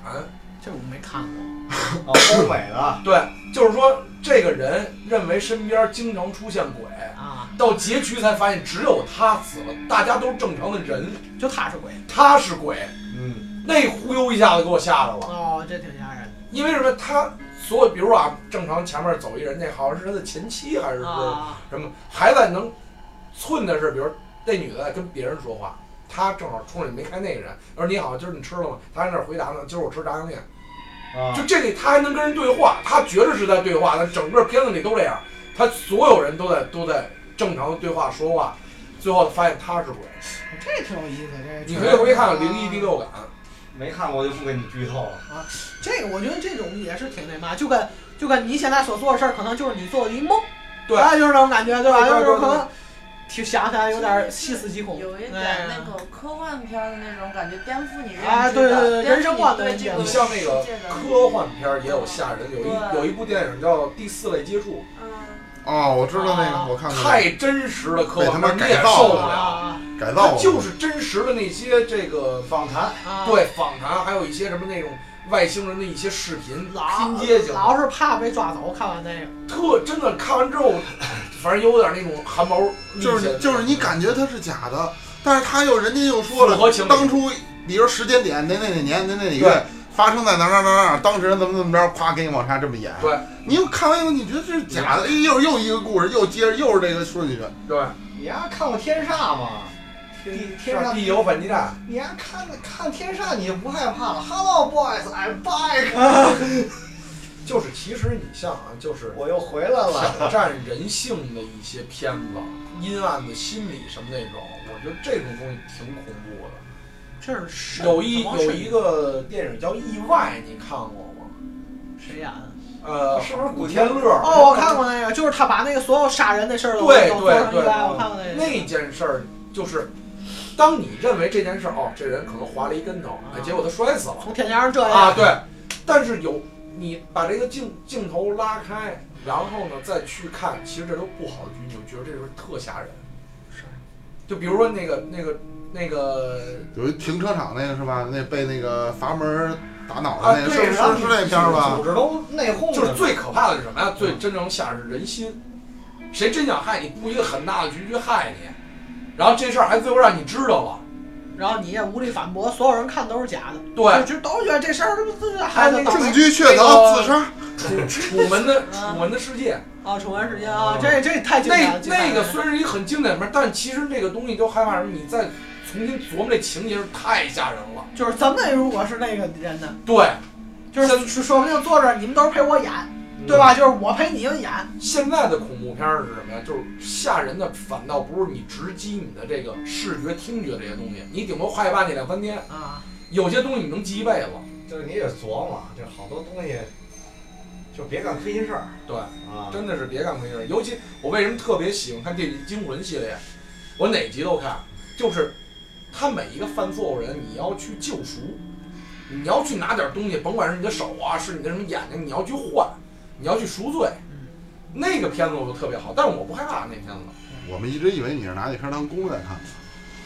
[SPEAKER 2] 这我没看过
[SPEAKER 5] 啊，欧美的，
[SPEAKER 1] 对，就是说这个人认为身边经常出现鬼，
[SPEAKER 2] 啊，
[SPEAKER 1] 到结局才发现只有他死了，大家都是正常的人，
[SPEAKER 2] 就他是鬼
[SPEAKER 1] 他是鬼，
[SPEAKER 5] 嗯，
[SPEAKER 1] 那忽悠一下子给我吓着了。
[SPEAKER 2] 哦，这挺吓人
[SPEAKER 1] 因为什么？他所有，比如啊，正常前面走一人，那好像是他的前妻还是
[SPEAKER 2] 的
[SPEAKER 1] 说
[SPEAKER 2] 啊，
[SPEAKER 1] 什么，还在能寸的是，比如那女的在跟别人说话，她正好冲着你没看那个人，她说你好，今儿你吃了吗？他在那儿回答呢，今儿我吃炸酱面。
[SPEAKER 5] 啊
[SPEAKER 1] 就，这里他还能跟人对话，他觉着是在对话，但整个片子里都这样，他所有人都在都在正常的对话说话，最后发现他是鬼。
[SPEAKER 2] 这挺有意思，
[SPEAKER 4] 嗯
[SPEAKER 2] 这
[SPEAKER 1] 你可以回去看看《灵异第六感》，
[SPEAKER 5] 没看过就不给你剧透了，
[SPEAKER 2] 这个我觉得这种也是挺那嘛，就跟就跟你现在所做的事儿，可能就是你做的一梦，
[SPEAKER 1] 对
[SPEAKER 2] 啊，就是那种感觉，对吧？
[SPEAKER 1] 对对对
[SPEAKER 2] 就是可能挺想起来有点细思极恐，
[SPEAKER 6] 有一
[SPEAKER 2] 哎
[SPEAKER 6] 点那种科幻片的那种感觉，颠覆你认知的，
[SPEAKER 2] 啊对对对
[SPEAKER 6] 颠覆
[SPEAKER 2] 人生观的
[SPEAKER 6] 你对这
[SPEAKER 2] 那种
[SPEAKER 6] 个
[SPEAKER 1] 你像那个
[SPEAKER 6] 世界的
[SPEAKER 1] 科幻片儿也有吓人，有一
[SPEAKER 6] 对
[SPEAKER 1] 有一
[SPEAKER 4] 嗯
[SPEAKER 1] 部电影叫《第四类接触
[SPEAKER 6] 嗯，
[SPEAKER 4] 哦，我知道那个，我》，看过，
[SPEAKER 1] 太真实的科
[SPEAKER 4] 被
[SPEAKER 1] 幻
[SPEAKER 4] 他妈
[SPEAKER 1] 片儿你也
[SPEAKER 4] 改造
[SPEAKER 1] 受不了，
[SPEAKER 4] 了
[SPEAKER 2] 啊
[SPEAKER 4] 改造
[SPEAKER 1] 它
[SPEAKER 4] 了，
[SPEAKER 1] 就是真实的那些这个
[SPEAKER 5] 访谈，
[SPEAKER 2] 啊，
[SPEAKER 1] 对访谈，还有一些什么那种外星人的一些视频
[SPEAKER 2] 老
[SPEAKER 1] 拼接型的。
[SPEAKER 2] 老是怕被抓走，看完那个，
[SPEAKER 1] 特真的看完之后，反正有点那种汗毛立起来
[SPEAKER 4] 就
[SPEAKER 1] 的
[SPEAKER 4] 是就是你感觉它是假的，但是他又人家又说了
[SPEAKER 1] 符合情，理
[SPEAKER 4] 当初比如时间点，哪哪哪年，哪哪哪月
[SPEAKER 1] 对
[SPEAKER 4] 发生在哪儿哪儿哪儿哪儿，当时人怎么怎么着，夸给你往下这么演。
[SPEAKER 1] 对，
[SPEAKER 4] 你又看完以后，你觉得这是假的，又又一个故事，又接着又是这个顺序。
[SPEAKER 1] 对，
[SPEAKER 5] 你丫看过《天煞》吗？地天
[SPEAKER 1] 上
[SPEAKER 5] 上
[SPEAKER 1] 地有反击战，
[SPEAKER 5] 你丫看看《天煞》你就不害怕了？Hello boys, I'm back，
[SPEAKER 1] 就是其实你像啊，就是
[SPEAKER 5] 我又回来了。
[SPEAKER 1] 挑战人性的一些片子，阴暗的心理什么那种，我觉得这种东西挺恐怖的。
[SPEAKER 2] 这是
[SPEAKER 1] 有一
[SPEAKER 2] 什么事
[SPEAKER 1] 有一个电影叫《意外》，你看过吗？
[SPEAKER 2] 谁演的？
[SPEAKER 1] 呃，
[SPEAKER 5] 是不是古
[SPEAKER 1] 天
[SPEAKER 5] 天
[SPEAKER 1] 乐？
[SPEAKER 2] 哦，我看。过那个，就是他把那个所有杀人的事儿都
[SPEAKER 1] 对
[SPEAKER 2] 都
[SPEAKER 1] 对
[SPEAKER 2] 做成一
[SPEAKER 1] 对
[SPEAKER 2] 来，我看过那个。
[SPEAKER 1] 那件事儿就是，当你认为这件事儿哦，这人可能滑了一跟头，哎，结果他摔死了
[SPEAKER 2] 啊从天涯上这样
[SPEAKER 1] 啊，，对。但是有你把这个镜镜头拉开，然后呢再去看，其实这都不好的剧，你就觉得这是特吓人。
[SPEAKER 2] 是，
[SPEAKER 1] 就比如说那个那个那个
[SPEAKER 4] 有一停车场那个是吧？那被那个阀门打脑
[SPEAKER 1] 啊
[SPEAKER 4] 袋那个，
[SPEAKER 1] 对
[SPEAKER 4] 是不
[SPEAKER 1] 然后
[SPEAKER 4] 是是那片儿吧
[SPEAKER 5] 组？织都内讧了
[SPEAKER 1] 就是最可怕的是什
[SPEAKER 2] 嗯
[SPEAKER 1] 么呀？最真正吓人是人心，谁真想害你，布一个很大的局去害你，然后这事儿还最后让你知道了，
[SPEAKER 2] 然后你也无力反驳，所有人看都是假的，
[SPEAKER 1] 对，
[SPEAKER 2] 哎就就都觉得这事儿这这孩
[SPEAKER 1] 还
[SPEAKER 2] 子
[SPEAKER 1] 有那
[SPEAKER 2] 倒霉
[SPEAKER 4] 证据确
[SPEAKER 1] 那
[SPEAKER 4] 凿，
[SPEAKER 1] 个
[SPEAKER 4] 自杀。
[SPEAKER 1] 楚楚门的楚门的世界，
[SPEAKER 2] 啊，宠文事件啊，这这太经典
[SPEAKER 1] 那
[SPEAKER 2] 了。
[SPEAKER 1] 那个虽
[SPEAKER 2] 孙
[SPEAKER 1] 然是一个很经典的片儿，但其实这个东西都害怕什么？你再重新琢磨这情节是太吓人了，
[SPEAKER 2] 就是咱们如果是那个人呢，
[SPEAKER 1] 对，
[SPEAKER 2] 就是说说不定坐这儿你们都是陪我演，对吧？就是我陪你们演，
[SPEAKER 1] 现在的恐怖片儿是什么呀？就是吓人的，反倒不是你直击你的这个视觉、听觉这些东西，你顶多害怕你两三天，
[SPEAKER 2] 啊，
[SPEAKER 1] 有些东西你能记一辈子。
[SPEAKER 5] 就是你得琢磨，这好多东西就别干亏心事儿
[SPEAKER 1] 对，
[SPEAKER 5] 啊。
[SPEAKER 1] 真的是别干亏事儿。尤其我为什么特别喜欢看《电锯惊魂》系列，我哪集都看，就是他每一个犯错误人，你要去救赎，你要去拿点东西，甭管是你的手啊，是你的什么眼睛，你要去换，你要去赎罪。那个片子我就特别好，但是我不害怕那片子。
[SPEAKER 4] 我们一直以为你是拿那片儿当公在看，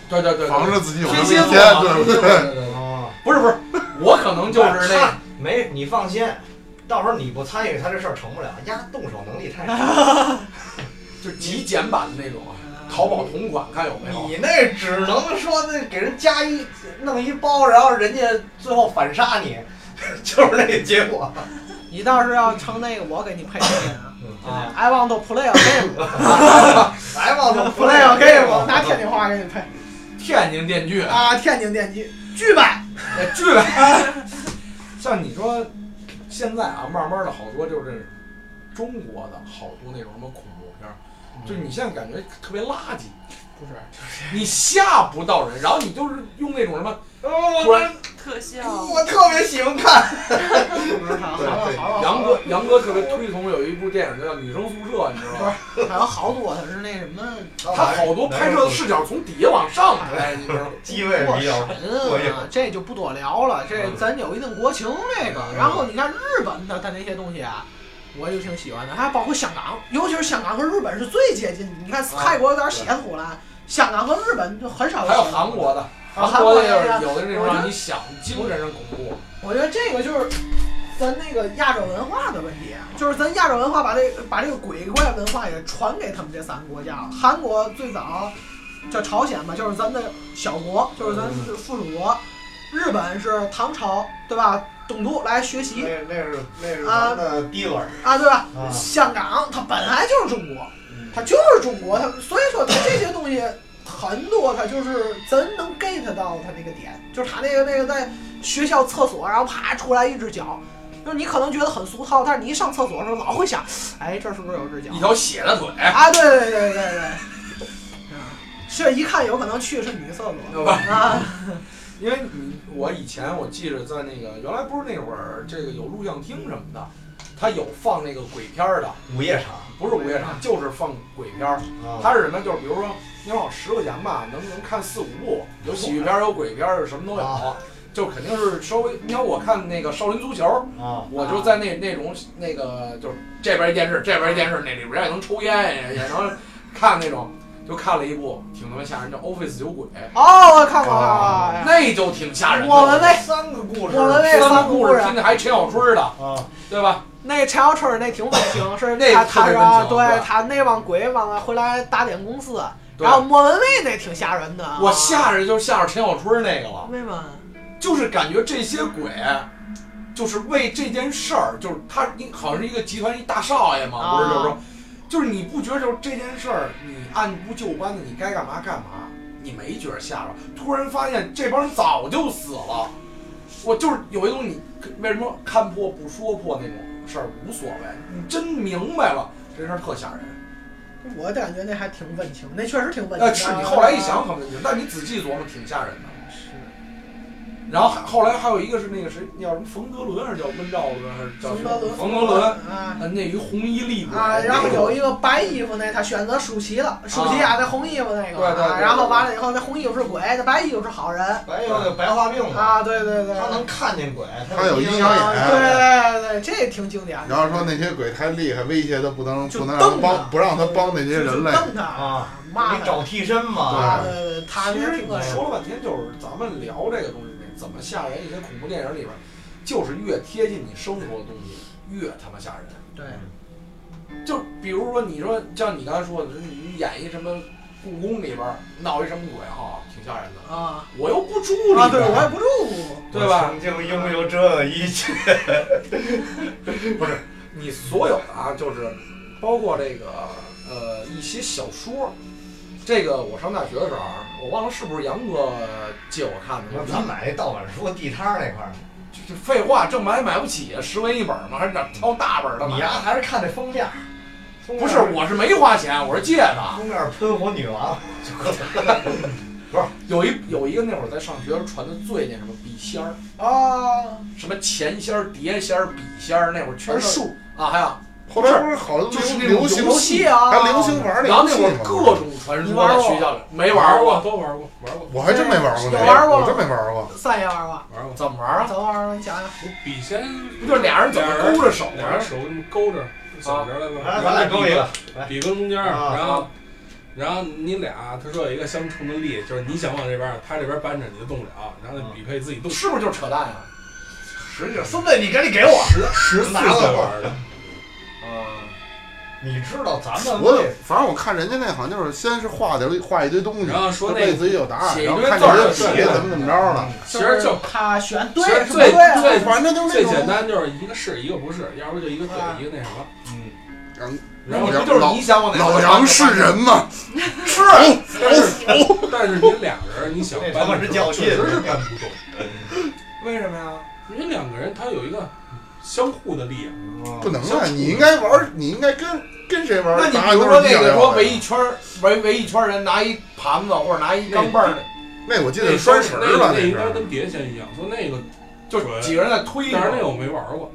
[SPEAKER 1] 对对对对
[SPEAKER 4] 防着自己有这
[SPEAKER 1] 天
[SPEAKER 4] 么一
[SPEAKER 1] 蝎
[SPEAKER 4] 天，
[SPEAKER 1] 座啊，
[SPEAKER 4] 对不
[SPEAKER 1] 对
[SPEAKER 4] 对？
[SPEAKER 1] 对对
[SPEAKER 5] 啊，
[SPEAKER 1] 不是不是，我可能就是那
[SPEAKER 5] 他没你放心，到时候你不参与，他这事儿成不了。丫动手能力太差。
[SPEAKER 1] 就极简版的那种啊，淘宝同款看有没有？
[SPEAKER 5] 你那只能说那给人加一弄一包，然后人家最后反杀你， 就是那个结果。
[SPEAKER 2] 你倒是要成那个我给你配音啊。
[SPEAKER 5] 啊
[SPEAKER 2] ，I want to play a game，
[SPEAKER 5] 来吧，我们
[SPEAKER 2] play a
[SPEAKER 4] 啊
[SPEAKER 2] game，拿天津话给你配
[SPEAKER 1] 天津电锯
[SPEAKER 2] 啊，天津电锯巨 版
[SPEAKER 1] 哎，剧呗。像你说，现在啊，慢慢的好多就是中国的好多那种什么恐怖片儿，就你现在感觉特别垃圾，
[SPEAKER 2] 不是，
[SPEAKER 1] 你吓不到人，然后你就是用那种什么，突
[SPEAKER 5] 我
[SPEAKER 1] 然
[SPEAKER 6] 特效，
[SPEAKER 5] 我特别喜欢看。
[SPEAKER 2] 好了好了，
[SPEAKER 1] 杨哥杨哥特别推崇有一部电影叫《女生宿舍》，你知道 吗？
[SPEAKER 2] 还有好多他是那什么
[SPEAKER 1] 他好多拍摄的视角从底下往上拍，你知道吗？
[SPEAKER 5] 机位
[SPEAKER 2] 过
[SPEAKER 5] 比较过
[SPEAKER 2] 神
[SPEAKER 5] 硬
[SPEAKER 2] 啊，这就不多聊了。这
[SPEAKER 1] 嗯
[SPEAKER 2] 咱有一定国情这个，然后你看日本的它那些东西啊，我就挺喜欢的，还包括香港，尤其是香港和日本是最接近的。你看泰国有点血土了，香港和日本就很少。
[SPEAKER 1] 嗯还有韩国，的，
[SPEAKER 2] 啊
[SPEAKER 1] 韩国的
[SPEAKER 2] 韩国的
[SPEAKER 1] 就是有的那种让你想精神上恐怖，
[SPEAKER 2] 我觉得这个就是咱那个亚洲文化的问题，就是咱亚洲文化把这把这个鬼怪文化也传给他们这三个国家了。韩国最早叫朝鲜嘛，就是咱的小国，就是咱的附属国。日本是唐朝，对吧？东渡来学习，
[SPEAKER 5] 那那是那是
[SPEAKER 2] 啊
[SPEAKER 5] 咱的 dealer
[SPEAKER 2] 啊，对吧？
[SPEAKER 5] 啊
[SPEAKER 2] 香港它本来就是中国，
[SPEAKER 1] 嗯
[SPEAKER 2] 它就是中国，它所以说它这些东西很多，它就是咱能 get 到它那个点，就是它那个那个在学校厕所，然后啪出来一只脚，就是你可能觉得很俗套，但是你一上厕所的时候老会想，哎，这是不是有只脚
[SPEAKER 1] 一？条血的腿，
[SPEAKER 2] 啊，对对对对对，啊这一看有可能去的是女厕所
[SPEAKER 1] 对吧？
[SPEAKER 2] 啊，
[SPEAKER 1] 因为你我以前我记着在那个原来不是那会儿这个有录像厅什么的，它有放那个鬼片儿的，
[SPEAKER 5] 午夜场
[SPEAKER 1] 不是午夜场就是放鬼片儿。
[SPEAKER 5] 啊，
[SPEAKER 1] 它是什么呀？就是比如说你往十块钱吧，能能看四五部，有喜剧片儿，有鬼片儿，有什么都有
[SPEAKER 5] 啊。
[SPEAKER 1] 就肯定是稍微，你看我看那个《少林足球》，
[SPEAKER 5] 啊，
[SPEAKER 1] 我就在那那种那个就是这边一电视，这边一电视，那里边也能抽烟，也也能看那种，就看了一部挺他妈吓人，叫《Office 酒鬼》，
[SPEAKER 2] 哦，我看过看过哎呀，
[SPEAKER 1] 那就挺吓人的。
[SPEAKER 2] 我们那
[SPEAKER 5] 三个故事，
[SPEAKER 2] 我们
[SPEAKER 1] 三
[SPEAKER 2] 那三
[SPEAKER 1] 个
[SPEAKER 2] 个
[SPEAKER 1] 故
[SPEAKER 2] 故
[SPEAKER 1] 事
[SPEAKER 2] 事
[SPEAKER 1] 听着还陈小春的，
[SPEAKER 5] 啊，
[SPEAKER 1] 对吧？
[SPEAKER 2] 那陈小春儿那挺温情，是
[SPEAKER 1] 那
[SPEAKER 2] 他
[SPEAKER 1] 特
[SPEAKER 2] 他
[SPEAKER 1] 别
[SPEAKER 2] 说
[SPEAKER 1] 温情
[SPEAKER 2] 对
[SPEAKER 1] 对
[SPEAKER 2] 他那帮鬼往外回来打点公司，
[SPEAKER 1] 对
[SPEAKER 2] 然后莫文蔚那挺吓人的啊，
[SPEAKER 1] 我吓着就吓着陈小春那个了，
[SPEAKER 2] 为嘛？
[SPEAKER 1] 就是感觉这些鬼，就是为这件事儿，就是他你好像是一个集团一大少爷嘛，不是
[SPEAKER 2] 哦
[SPEAKER 1] 就是说，就是你不觉得就是这件事儿，你按部就班的，你该干嘛干嘛，你没觉得吓着，突然发现这帮人早就死了，我就是有一种你为什么看破不说破那种事儿无所谓，你真明白了这事儿特吓人。
[SPEAKER 2] 我感觉那还挺温情，那确实挺温情。啊
[SPEAKER 1] 那是你后来一想，很温情，但你仔细琢磨挺吓人的。
[SPEAKER 2] 是
[SPEAKER 1] 然后还后来还有一个是那个谁叫什么冯德伦还是叫温兆伦还是叫
[SPEAKER 2] 冯
[SPEAKER 1] 什
[SPEAKER 2] 德
[SPEAKER 1] 么
[SPEAKER 2] 伦，
[SPEAKER 1] 冯德伦，
[SPEAKER 2] 啊
[SPEAKER 1] 呃那一红衣厉鬼
[SPEAKER 2] 啊，然后有
[SPEAKER 1] 一
[SPEAKER 2] 一个白衣服那，他选择舒淇了，舒淇啊，那红衣服那个，
[SPEAKER 1] 对对对
[SPEAKER 2] 啊然后完了以后，那红衣服是鬼，那白衣服是好人
[SPEAKER 5] 白有那白化病嘛，
[SPEAKER 2] 啊，对对对，
[SPEAKER 5] 他能看见鬼，
[SPEAKER 4] 他有阴阳眼
[SPEAKER 2] 啊对对对，这也挺经典的，
[SPEAKER 4] 然后说那些鬼太厉害，威胁他不能
[SPEAKER 2] 就
[SPEAKER 4] 不能让他
[SPEAKER 2] 瞪他
[SPEAKER 4] 帮不让他帮那
[SPEAKER 2] 那
[SPEAKER 4] 些人类。
[SPEAKER 2] 瞪他
[SPEAKER 5] 啊，
[SPEAKER 2] 骂
[SPEAKER 5] 你
[SPEAKER 2] 他
[SPEAKER 5] 找替身嘛，
[SPEAKER 2] 啊，对对对，他
[SPEAKER 1] 其
[SPEAKER 2] 那
[SPEAKER 1] 实
[SPEAKER 2] 挺
[SPEAKER 1] 你
[SPEAKER 2] 恶心
[SPEAKER 1] 说了半天就是咱们聊这个东西怎么吓人，一些恐怖电影里边就是越贴近你生活的东西越他妈吓人。
[SPEAKER 2] 对，
[SPEAKER 5] 嗯
[SPEAKER 1] 就比如说，你说像你刚才说的，你演一什么故宫里边儿闹一什么鬼啊，挺吓人的。
[SPEAKER 2] 啊
[SPEAKER 1] 我又不住
[SPEAKER 2] 啊，
[SPEAKER 1] 里
[SPEAKER 2] 对
[SPEAKER 1] 边
[SPEAKER 2] 我也
[SPEAKER 1] 儿，
[SPEAKER 2] 不住，
[SPEAKER 1] 对吧？
[SPEAKER 5] 曾经拥有这一切，
[SPEAKER 1] 不是，你所有的啊，就是包括这个呃一些小说，这个我上大学的时候啊，我忘了是不是杨哥借我看的，
[SPEAKER 5] 咱买 那盗版书地摊儿那块儿，
[SPEAKER 1] 就就废话，正版也买不起，啊十文一本嘛，还是哪挑大本的
[SPEAKER 5] 你
[SPEAKER 1] 买
[SPEAKER 5] 丫？还是看那封面儿，封面
[SPEAKER 1] 不
[SPEAKER 5] 儿
[SPEAKER 1] 是，我是没花钱，我是借的。
[SPEAKER 5] 封面儿喷火女王，
[SPEAKER 1] 有一有一个那会儿在上学时候传的最那什么笔仙儿，
[SPEAKER 2] 啊，
[SPEAKER 1] 什么钱仙儿、碟仙儿、笔仙儿，那会儿全是
[SPEAKER 4] 而
[SPEAKER 1] 数啊，还有
[SPEAKER 4] 后来不是好多
[SPEAKER 1] 就是那种
[SPEAKER 4] 流行
[SPEAKER 1] 游
[SPEAKER 2] 游
[SPEAKER 1] 戏
[SPEAKER 2] 戏啊，
[SPEAKER 4] 还流行玩
[SPEAKER 1] 然后
[SPEAKER 4] 游
[SPEAKER 1] 那
[SPEAKER 4] 戏
[SPEAKER 1] 会儿
[SPEAKER 4] 嘛
[SPEAKER 1] 各种传
[SPEAKER 2] 你
[SPEAKER 1] 说
[SPEAKER 2] 玩
[SPEAKER 1] 在
[SPEAKER 2] 过
[SPEAKER 1] 学校里没
[SPEAKER 3] 玩
[SPEAKER 1] 玩过，
[SPEAKER 3] 都玩过，玩过，
[SPEAKER 4] 我还真没玩过那
[SPEAKER 2] 有
[SPEAKER 4] 个，
[SPEAKER 2] 玩过吗
[SPEAKER 4] 我真没玩过。
[SPEAKER 2] 三爷玩吧，
[SPEAKER 3] 玩过。
[SPEAKER 1] 怎么玩啊？
[SPEAKER 2] 怎么玩吧，你讲讲，
[SPEAKER 3] 我笔仙
[SPEAKER 1] 不就俩人怎么勾着手
[SPEAKER 3] 俩人
[SPEAKER 1] 啊？
[SPEAKER 3] 手这么勾着，怎么着来吧？
[SPEAKER 5] 来，啊咱俩勾一个，来，
[SPEAKER 3] 笔跟中间儿，
[SPEAKER 5] 啊
[SPEAKER 3] 然后然后你俩他说有一个相冲的力，就是你想往这边儿，他这边扳着你就动不了，然后
[SPEAKER 1] 啊
[SPEAKER 3] 那笔可以自己动。
[SPEAKER 1] 是不是就是扯淡啊？
[SPEAKER 5] 十个孙子，你赶紧给我。
[SPEAKER 3] 十十四岁玩的，
[SPEAKER 4] 啊
[SPEAKER 5] 你知道咱们
[SPEAKER 4] 我
[SPEAKER 5] 为
[SPEAKER 4] 反正我看人家那好像就是先是画的画一堆东西，
[SPEAKER 3] 然后说那
[SPEAKER 4] 类似于有答案，
[SPEAKER 1] 写一
[SPEAKER 4] 然后
[SPEAKER 1] 堆
[SPEAKER 4] 看
[SPEAKER 1] 字
[SPEAKER 4] 你
[SPEAKER 1] 儿
[SPEAKER 4] 的
[SPEAKER 1] 就
[SPEAKER 4] 题
[SPEAKER 1] 对了
[SPEAKER 4] 怎么怎么着了。
[SPEAKER 3] 其实
[SPEAKER 2] 就
[SPEAKER 3] 就是
[SPEAKER 2] 他选对
[SPEAKER 3] 其实
[SPEAKER 2] 是不
[SPEAKER 3] 最
[SPEAKER 2] 对啊，
[SPEAKER 3] 最
[SPEAKER 4] 反正就是
[SPEAKER 3] 最
[SPEAKER 4] 那种
[SPEAKER 3] 简单就是一个是一个不是，要不就一个对
[SPEAKER 2] 啊
[SPEAKER 3] 一个那什么。
[SPEAKER 1] 那
[SPEAKER 4] 然
[SPEAKER 1] 你
[SPEAKER 4] 后
[SPEAKER 1] 不就是你想往哪
[SPEAKER 4] 老
[SPEAKER 1] 个哎
[SPEAKER 4] 杨是人 吗？是，哎
[SPEAKER 3] 但是但是你俩人你想
[SPEAKER 5] 那他
[SPEAKER 3] 搬
[SPEAKER 5] 妈
[SPEAKER 3] 的
[SPEAKER 5] 是
[SPEAKER 3] 时候
[SPEAKER 5] 较劲
[SPEAKER 3] 确实是搬不动，
[SPEAKER 1] 为什么呀？
[SPEAKER 3] 因为两个人他有一个相互的力啊。
[SPEAKER 4] 不能啊！你应该玩，你应该跟跟谁玩？
[SPEAKER 1] 那你
[SPEAKER 4] 答
[SPEAKER 1] 比
[SPEAKER 4] 案
[SPEAKER 1] 如
[SPEAKER 4] 都
[SPEAKER 1] 说
[SPEAKER 4] 是一
[SPEAKER 1] 那
[SPEAKER 4] 样
[SPEAKER 1] 个
[SPEAKER 4] 的
[SPEAKER 1] 说围一圈儿围围一圈儿人拿一盘子或者拿一钢镚儿，
[SPEAKER 4] 那我记得
[SPEAKER 3] 那
[SPEAKER 4] 是拴绳
[SPEAKER 3] 那
[SPEAKER 4] 儿吧，
[SPEAKER 3] 那应
[SPEAKER 4] 是
[SPEAKER 3] 该。跟碟仙一样，说那个，
[SPEAKER 1] 就几个人在推。
[SPEAKER 3] 但是那个我没玩过，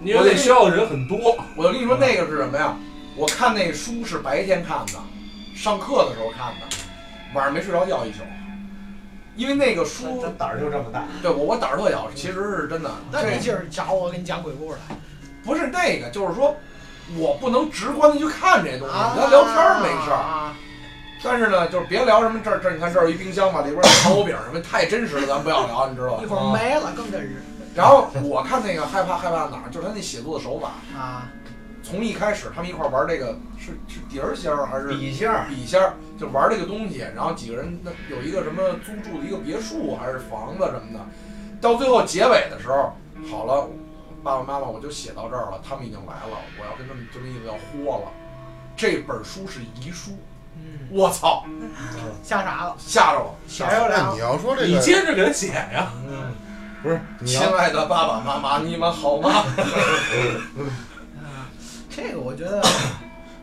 [SPEAKER 3] 因为那需要的人很多。
[SPEAKER 1] 我跟你说那个是什么呀？我看那书是白天看的，上课的时候看的，晚上没睡着觉一宿，因为那个
[SPEAKER 5] 咱
[SPEAKER 1] 书
[SPEAKER 5] 咱胆儿就这么大，
[SPEAKER 1] 对我我胆儿特小，其实是真的。
[SPEAKER 2] 那
[SPEAKER 1] 这
[SPEAKER 2] 你今儿找我给你讲鬼故事
[SPEAKER 1] 不是那个，就是说我不能直观的去看这些东
[SPEAKER 2] 来
[SPEAKER 1] 西，咱聊天儿没事儿。
[SPEAKER 2] 啊，
[SPEAKER 1] 但是呢，就是别聊什么这儿这儿，你看这儿有一冰箱吧，里边有烤饼什么，太真实了，咱不要聊，你知道吧
[SPEAKER 2] 一？会儿没了更真实
[SPEAKER 1] 然后我看那个害怕害怕哪儿，就是他那写作的手法，
[SPEAKER 2] 啊，
[SPEAKER 1] 从一开始他们一块儿玩这个是是碟儿仙儿还是
[SPEAKER 5] 笔仙儿，
[SPEAKER 1] 笔仙儿，就玩这个东西，然后几个人那有一个什么租住的一个别墅还是房子什么的，到最后结尾的时候，好了，爸爸妈妈我就写到这儿了，他们已经来了，我要跟他们就这意思要豁了。这本书是遗书，
[SPEAKER 2] 嗯，
[SPEAKER 1] 我操，
[SPEAKER 2] 吓傻了，
[SPEAKER 1] 吓着我！
[SPEAKER 2] 还有
[SPEAKER 4] 那
[SPEAKER 2] 俩
[SPEAKER 4] 你要说这
[SPEAKER 3] 你
[SPEAKER 4] 个，
[SPEAKER 3] 接着给他解呀。
[SPEAKER 4] 不是你
[SPEAKER 1] 亲
[SPEAKER 4] 要
[SPEAKER 1] 爱的爸爸妈妈，你们好吗？
[SPEAKER 2] 啊，这个我觉得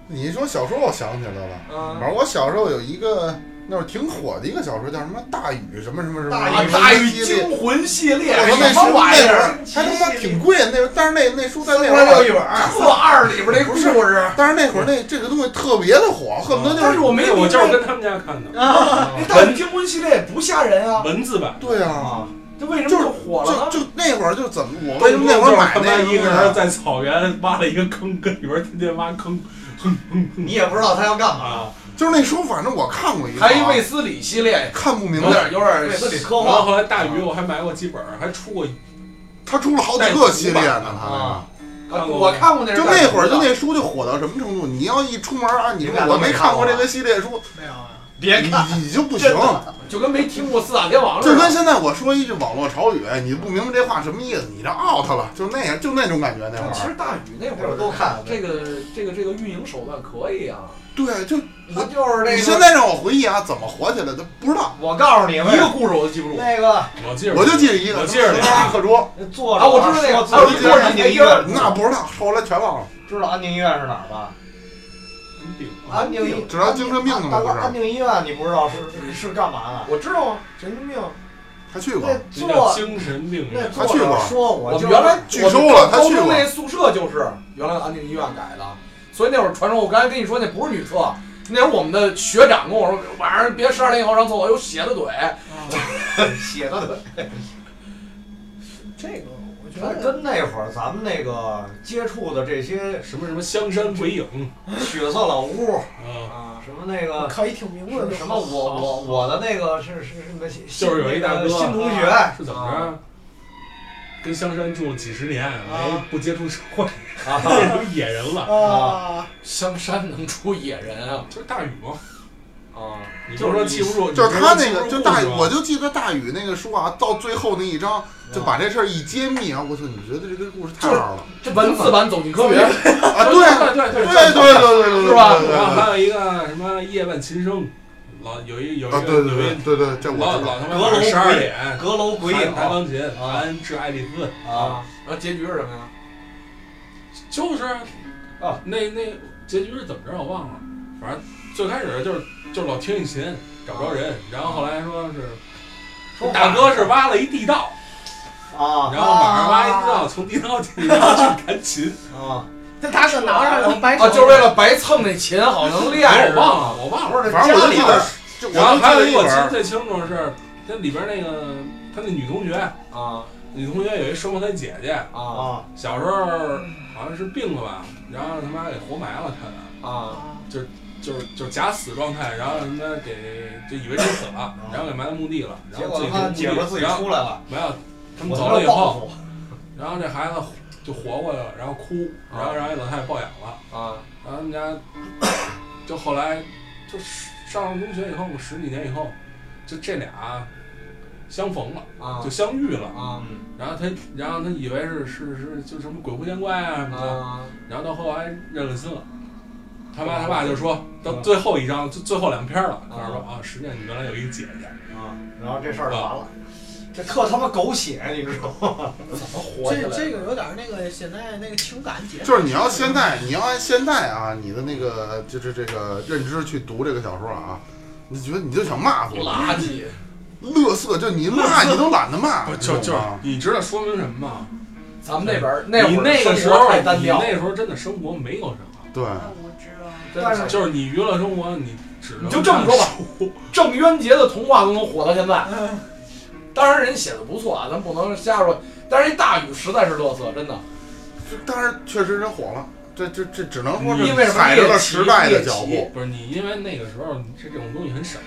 [SPEAKER 4] 你一说小说，我想起来了。
[SPEAKER 1] 嗯
[SPEAKER 4] 反正我小时候有一个那会儿挺火的一个小说，叫什么《大禹什么什么什么》，
[SPEAKER 1] 大
[SPEAKER 5] 大
[SPEAKER 1] 禹
[SPEAKER 5] 禹
[SPEAKER 1] 大禹
[SPEAKER 4] 系列
[SPEAKER 1] 惊魂系列
[SPEAKER 4] 我说那
[SPEAKER 1] 什
[SPEAKER 4] 书
[SPEAKER 1] 么玩意
[SPEAKER 4] 那会
[SPEAKER 1] 儿？
[SPEAKER 4] 儿还他妈挺贵，那但是那那书在那会
[SPEAKER 5] 六一
[SPEAKER 4] 儿，
[SPEAKER 5] 本儿，
[SPEAKER 1] 特二里边那故事，
[SPEAKER 4] 但是那会儿那这个东西特别的火， 恨不得就
[SPEAKER 1] 但是
[SPEAKER 4] 是
[SPEAKER 1] 我没有
[SPEAKER 3] 我就是
[SPEAKER 1] 明白
[SPEAKER 3] 跟他们家看的
[SPEAKER 1] 那大禹惊魂系列也不吓人啊，
[SPEAKER 3] 文字版。
[SPEAKER 4] 对啊，
[SPEAKER 5] 啊，
[SPEAKER 1] 这为什么
[SPEAKER 4] 就是
[SPEAKER 1] 就火了呢
[SPEAKER 4] 就？就那会儿就怎么我为什么那会儿买
[SPEAKER 3] 动不动就是他妈
[SPEAKER 4] 那个啊
[SPEAKER 3] 一个
[SPEAKER 4] 呢
[SPEAKER 3] 人在草原挖了一个坑，跟里边儿天天挖坑
[SPEAKER 5] 你也不知道他要干嘛，
[SPEAKER 3] 啊。
[SPEAKER 4] 就是那书，反正我看过一个啊，
[SPEAKER 1] 还嗯一卫斯理系列，
[SPEAKER 4] 看不明
[SPEAKER 1] 有
[SPEAKER 4] 白，
[SPEAKER 1] 点有点
[SPEAKER 5] 为自己
[SPEAKER 3] 然
[SPEAKER 5] 科
[SPEAKER 3] 后
[SPEAKER 4] 哦
[SPEAKER 5] 幻
[SPEAKER 3] 后来大鱼我还买过几本儿，还出过
[SPEAKER 4] 他出了好几个系列呢，他那个
[SPEAKER 5] 啊，
[SPEAKER 3] 看过吗
[SPEAKER 1] 我看过那是
[SPEAKER 4] 就
[SPEAKER 1] 在
[SPEAKER 4] 那会儿就那书就火到什么程度？你要一出门啊，你说我没看过这个系列书，
[SPEAKER 2] 没有啊，
[SPEAKER 5] 别看，
[SPEAKER 4] 你你就不行。
[SPEAKER 1] 就跟没听过四大天王似
[SPEAKER 4] 就
[SPEAKER 1] 的。
[SPEAKER 4] 跟现在我说一句网络潮语，你不明白这话什么意思，你这 out 了，就那样，就那种感觉那会
[SPEAKER 1] 其
[SPEAKER 4] 儿。
[SPEAKER 1] 实大宇那会
[SPEAKER 5] 那会
[SPEAKER 1] 儿
[SPEAKER 5] 儿都看了
[SPEAKER 1] 这个这个这个运营手段可以啊，
[SPEAKER 4] 对，就
[SPEAKER 5] 不就是那
[SPEAKER 4] 你现
[SPEAKER 5] 个？
[SPEAKER 4] 在让我回忆啊，怎么火起来的不知道，
[SPEAKER 5] 我告诉你们
[SPEAKER 1] 一，个故事我都记不住。
[SPEAKER 5] 那个
[SPEAKER 3] 我记着，
[SPEAKER 4] 我就记着一个，
[SPEAKER 3] 我记着那
[SPEAKER 4] 那课桌，
[SPEAKER 5] 坐着
[SPEAKER 1] 啊我知道那个
[SPEAKER 5] 说
[SPEAKER 1] 啊
[SPEAKER 5] 坐
[SPEAKER 1] 我
[SPEAKER 4] 记
[SPEAKER 5] 知
[SPEAKER 4] 得
[SPEAKER 5] 道
[SPEAKER 4] 那
[SPEAKER 5] 安
[SPEAKER 1] 个
[SPEAKER 5] 定医院，
[SPEAKER 4] 那不知道，后来全忘了。
[SPEAKER 5] 哎知道安定医院是哪儿
[SPEAKER 3] 啊
[SPEAKER 5] 吧？
[SPEAKER 4] 啊
[SPEAKER 5] 安定医
[SPEAKER 4] 知道精神病吗
[SPEAKER 5] 大哥
[SPEAKER 4] 不是
[SPEAKER 5] 安定医院你不知道是是干嘛的？
[SPEAKER 1] 我知道啊，
[SPEAKER 5] 神经病。
[SPEAKER 4] 他去过
[SPEAKER 5] 那，
[SPEAKER 3] 这叫
[SPEAKER 5] 坐
[SPEAKER 3] 精神病
[SPEAKER 5] 那
[SPEAKER 3] 院。
[SPEAKER 5] 作
[SPEAKER 4] 他去
[SPEAKER 5] 者
[SPEAKER 4] 过
[SPEAKER 5] 说我
[SPEAKER 1] 我
[SPEAKER 5] 就
[SPEAKER 1] 们原来
[SPEAKER 4] 拒收了他
[SPEAKER 1] 高
[SPEAKER 4] 去
[SPEAKER 1] 中
[SPEAKER 4] 过
[SPEAKER 1] 那宿舍就是原来安定医院改的，所以那会儿传说，我刚才跟你说那不是女厕，那会儿我们的学长跟我说，晚上别十二点以后上厕所有血的腿。
[SPEAKER 5] 写的对。
[SPEAKER 2] 这个我觉
[SPEAKER 5] 那
[SPEAKER 2] 得
[SPEAKER 5] 跟那会儿咱们那个接触的这些
[SPEAKER 3] 什么什么香山鬼影
[SPEAKER 5] 血色老屋，
[SPEAKER 3] 啊，
[SPEAKER 2] 啊，
[SPEAKER 5] 什么那个
[SPEAKER 2] 可以挺明白的。
[SPEAKER 5] 什么我我我的那个是是是那些
[SPEAKER 3] 就是有一大哥啊
[SPEAKER 5] 新同学
[SPEAKER 3] 是怎么
[SPEAKER 4] 啊
[SPEAKER 3] 着？跟香山住了几十年，没
[SPEAKER 2] 啊
[SPEAKER 3] 不接触社会，
[SPEAKER 5] 啊，
[SPEAKER 3] 变成野人了。
[SPEAKER 2] 啊，
[SPEAKER 1] 香山能出野人啊？
[SPEAKER 3] 就是大宇嘛，
[SPEAKER 1] 啊，
[SPEAKER 3] 你不是说记不住，
[SPEAKER 4] 就是他那个，
[SPEAKER 3] 你不是说记不住
[SPEAKER 4] 就大
[SPEAKER 3] 是
[SPEAKER 4] 宇，
[SPEAKER 3] 吧
[SPEAKER 4] 我就记得大宇那个书啊，到最后那一章就把这事儿一揭秘啊，我操，你觉得这个故事太好了
[SPEAKER 1] 这文字版走进科学
[SPEAKER 4] 啊？对
[SPEAKER 1] 对对对
[SPEAKER 4] 对对对对对，对
[SPEAKER 1] 是吧
[SPEAKER 4] 对对
[SPEAKER 3] 然后
[SPEAKER 4] 对
[SPEAKER 3] 还有一个什么夜半琴声，老有一有一
[SPEAKER 4] 啊，
[SPEAKER 3] 个
[SPEAKER 4] 对对
[SPEAKER 3] 有一
[SPEAKER 4] 对对对，这我
[SPEAKER 3] 老
[SPEAKER 4] 知道。
[SPEAKER 3] 老他妈晚上十二点，
[SPEAKER 5] 阁楼鬼影
[SPEAKER 3] 弹弹钢琴，
[SPEAKER 5] 啊
[SPEAKER 3] 弹致爱丽丝，
[SPEAKER 5] 啊，，
[SPEAKER 1] 然后结局是什么呀？
[SPEAKER 3] 就是啊，那那结局是怎么着我忘了，反正最开始就是就是老听一琴找不着人，然后后来说是
[SPEAKER 5] 说
[SPEAKER 3] 大哥是挖了一地道，
[SPEAKER 5] 啊
[SPEAKER 3] 然后晚上挖一地道，从地道进去然后去弹 琴，
[SPEAKER 5] 啊，
[SPEAKER 2] 这他可拿上能掰手
[SPEAKER 1] 啊，就是为了白蹭那琴，好能
[SPEAKER 5] 哎
[SPEAKER 1] 练
[SPEAKER 3] 我
[SPEAKER 1] 是吧？
[SPEAKER 3] 忘了我忘了。
[SPEAKER 5] 不是
[SPEAKER 4] 反正我
[SPEAKER 5] 家
[SPEAKER 4] 就
[SPEAKER 5] 里
[SPEAKER 4] 记
[SPEAKER 5] 边
[SPEAKER 4] 得
[SPEAKER 5] 儿，
[SPEAKER 4] 就
[SPEAKER 3] 然
[SPEAKER 4] 我
[SPEAKER 3] 后
[SPEAKER 4] 就
[SPEAKER 3] 还有一个
[SPEAKER 4] 记得一
[SPEAKER 3] 记
[SPEAKER 4] 本
[SPEAKER 3] 得
[SPEAKER 4] 儿，
[SPEAKER 3] 最清楚的是，他里边那个他那女同学，
[SPEAKER 1] 啊
[SPEAKER 3] 女同学有一生过他姐姐，
[SPEAKER 1] 啊
[SPEAKER 5] 啊
[SPEAKER 3] 小时候好像是病了吧，然后他妈给活埋了，他
[SPEAKER 1] 啊！
[SPEAKER 3] 就是就是假死状态，然后什么给就以为真死了，然后给埋在墓地了，然
[SPEAKER 5] 结
[SPEAKER 3] 后
[SPEAKER 5] 果
[SPEAKER 3] 自己从
[SPEAKER 5] 他
[SPEAKER 3] 墓地
[SPEAKER 5] 姐夫自己
[SPEAKER 3] 然后
[SPEAKER 5] 出来了，
[SPEAKER 3] 没有，他们
[SPEAKER 5] 我
[SPEAKER 3] 走了以
[SPEAKER 5] 报
[SPEAKER 3] 后，
[SPEAKER 5] 复
[SPEAKER 3] 然后这孩子就活过来了，然后哭，然后然后老太太抱养了，
[SPEAKER 1] 啊，
[SPEAKER 3] 然后他们家就后来就上中学以后，十几年以后，就这俩相逢了，
[SPEAKER 1] 啊
[SPEAKER 3] 就相遇了，
[SPEAKER 1] 啊
[SPEAKER 3] 然后他然后他以为是是是就什么鬼狐见怪啊什么的。
[SPEAKER 1] 啊！
[SPEAKER 3] 然后到后来认了亲了。他妈他爸就
[SPEAKER 1] 啊
[SPEAKER 3] 说到最后一章，最最后两篇了，告诉说啊，实际上你原来有一姐姐，
[SPEAKER 5] 啊，然后这事儿就完了，这特他妈狗血，你知道吗？
[SPEAKER 1] 怎么活下
[SPEAKER 2] 这
[SPEAKER 1] 来？
[SPEAKER 2] 这个有点那个现在那个情感解
[SPEAKER 4] 就是你要现在，你要按现在啊，你的那个就是这个认知去读这个小说啊，你觉得你就想骂死我，
[SPEAKER 1] 垃圾！
[SPEAKER 4] 乐色，就你骂你都懒得骂，
[SPEAKER 3] 不
[SPEAKER 4] 你
[SPEAKER 3] 就
[SPEAKER 4] 懂
[SPEAKER 3] 就是
[SPEAKER 4] 吗
[SPEAKER 3] 你知道说明什么吗？
[SPEAKER 1] 咱啊们那边儿会
[SPEAKER 3] 你
[SPEAKER 1] 儿
[SPEAKER 3] 那个时
[SPEAKER 1] 生活
[SPEAKER 3] 候
[SPEAKER 1] 太单
[SPEAKER 3] 你
[SPEAKER 1] 调了，
[SPEAKER 3] 那时候真的生活没有什么，
[SPEAKER 4] 对，
[SPEAKER 6] 太无知了。
[SPEAKER 5] 但是
[SPEAKER 3] 就是你娱乐生活你只能
[SPEAKER 1] 啊你就这么说吧
[SPEAKER 3] 看书，
[SPEAKER 1] 郑渊洁的童话都能火到现在。当然，人写的不错啊，咱不能瞎说。但是这大宇实在是乐色，真的。
[SPEAKER 4] 就但是确实人火了，这这这只能说
[SPEAKER 3] 因
[SPEAKER 1] 为
[SPEAKER 4] 是
[SPEAKER 1] 什么
[SPEAKER 4] 踩着了
[SPEAKER 1] 猎奇
[SPEAKER 4] 时代的
[SPEAKER 1] 猎
[SPEAKER 4] 脚
[SPEAKER 1] 奇
[SPEAKER 4] 步。
[SPEAKER 3] 不是你因为那个时候这这种东西很少，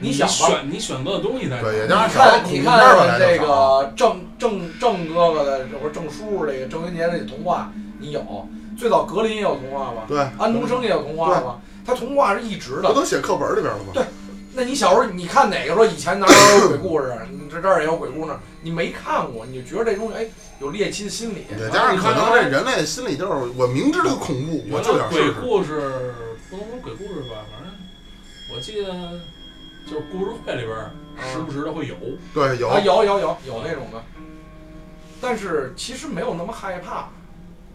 [SPEAKER 1] 你想吧，
[SPEAKER 3] 选你选择的东西在
[SPEAKER 4] 对也
[SPEAKER 1] 你
[SPEAKER 4] 就是
[SPEAKER 1] 看，你看这
[SPEAKER 4] 恐怖片儿
[SPEAKER 1] 个郑郑郑哥哥的，或者郑叔叔这个郑渊洁这童话，你有。最早格林也有童话吧，
[SPEAKER 4] 对，
[SPEAKER 1] 安徒生也有童话吧，他童话是一直
[SPEAKER 4] 不
[SPEAKER 1] 的。
[SPEAKER 4] 都写课本里边了吗？
[SPEAKER 1] 对那你小时候你看哪个说以前哪儿有鬼故事，你这这儿也有鬼故事，你没看过，你就觉得这东西哎有猎奇的心理。
[SPEAKER 4] 也加上可能这人类心理就是，我明知道恐怖，我就想试
[SPEAKER 3] 鬼
[SPEAKER 4] 试。
[SPEAKER 3] 故事不能说鬼故事吧，反正我记得就是故事会里边儿时不时的会有，
[SPEAKER 4] 对，有
[SPEAKER 1] 啊，有有有有那种的，但是其实没有那么害怕。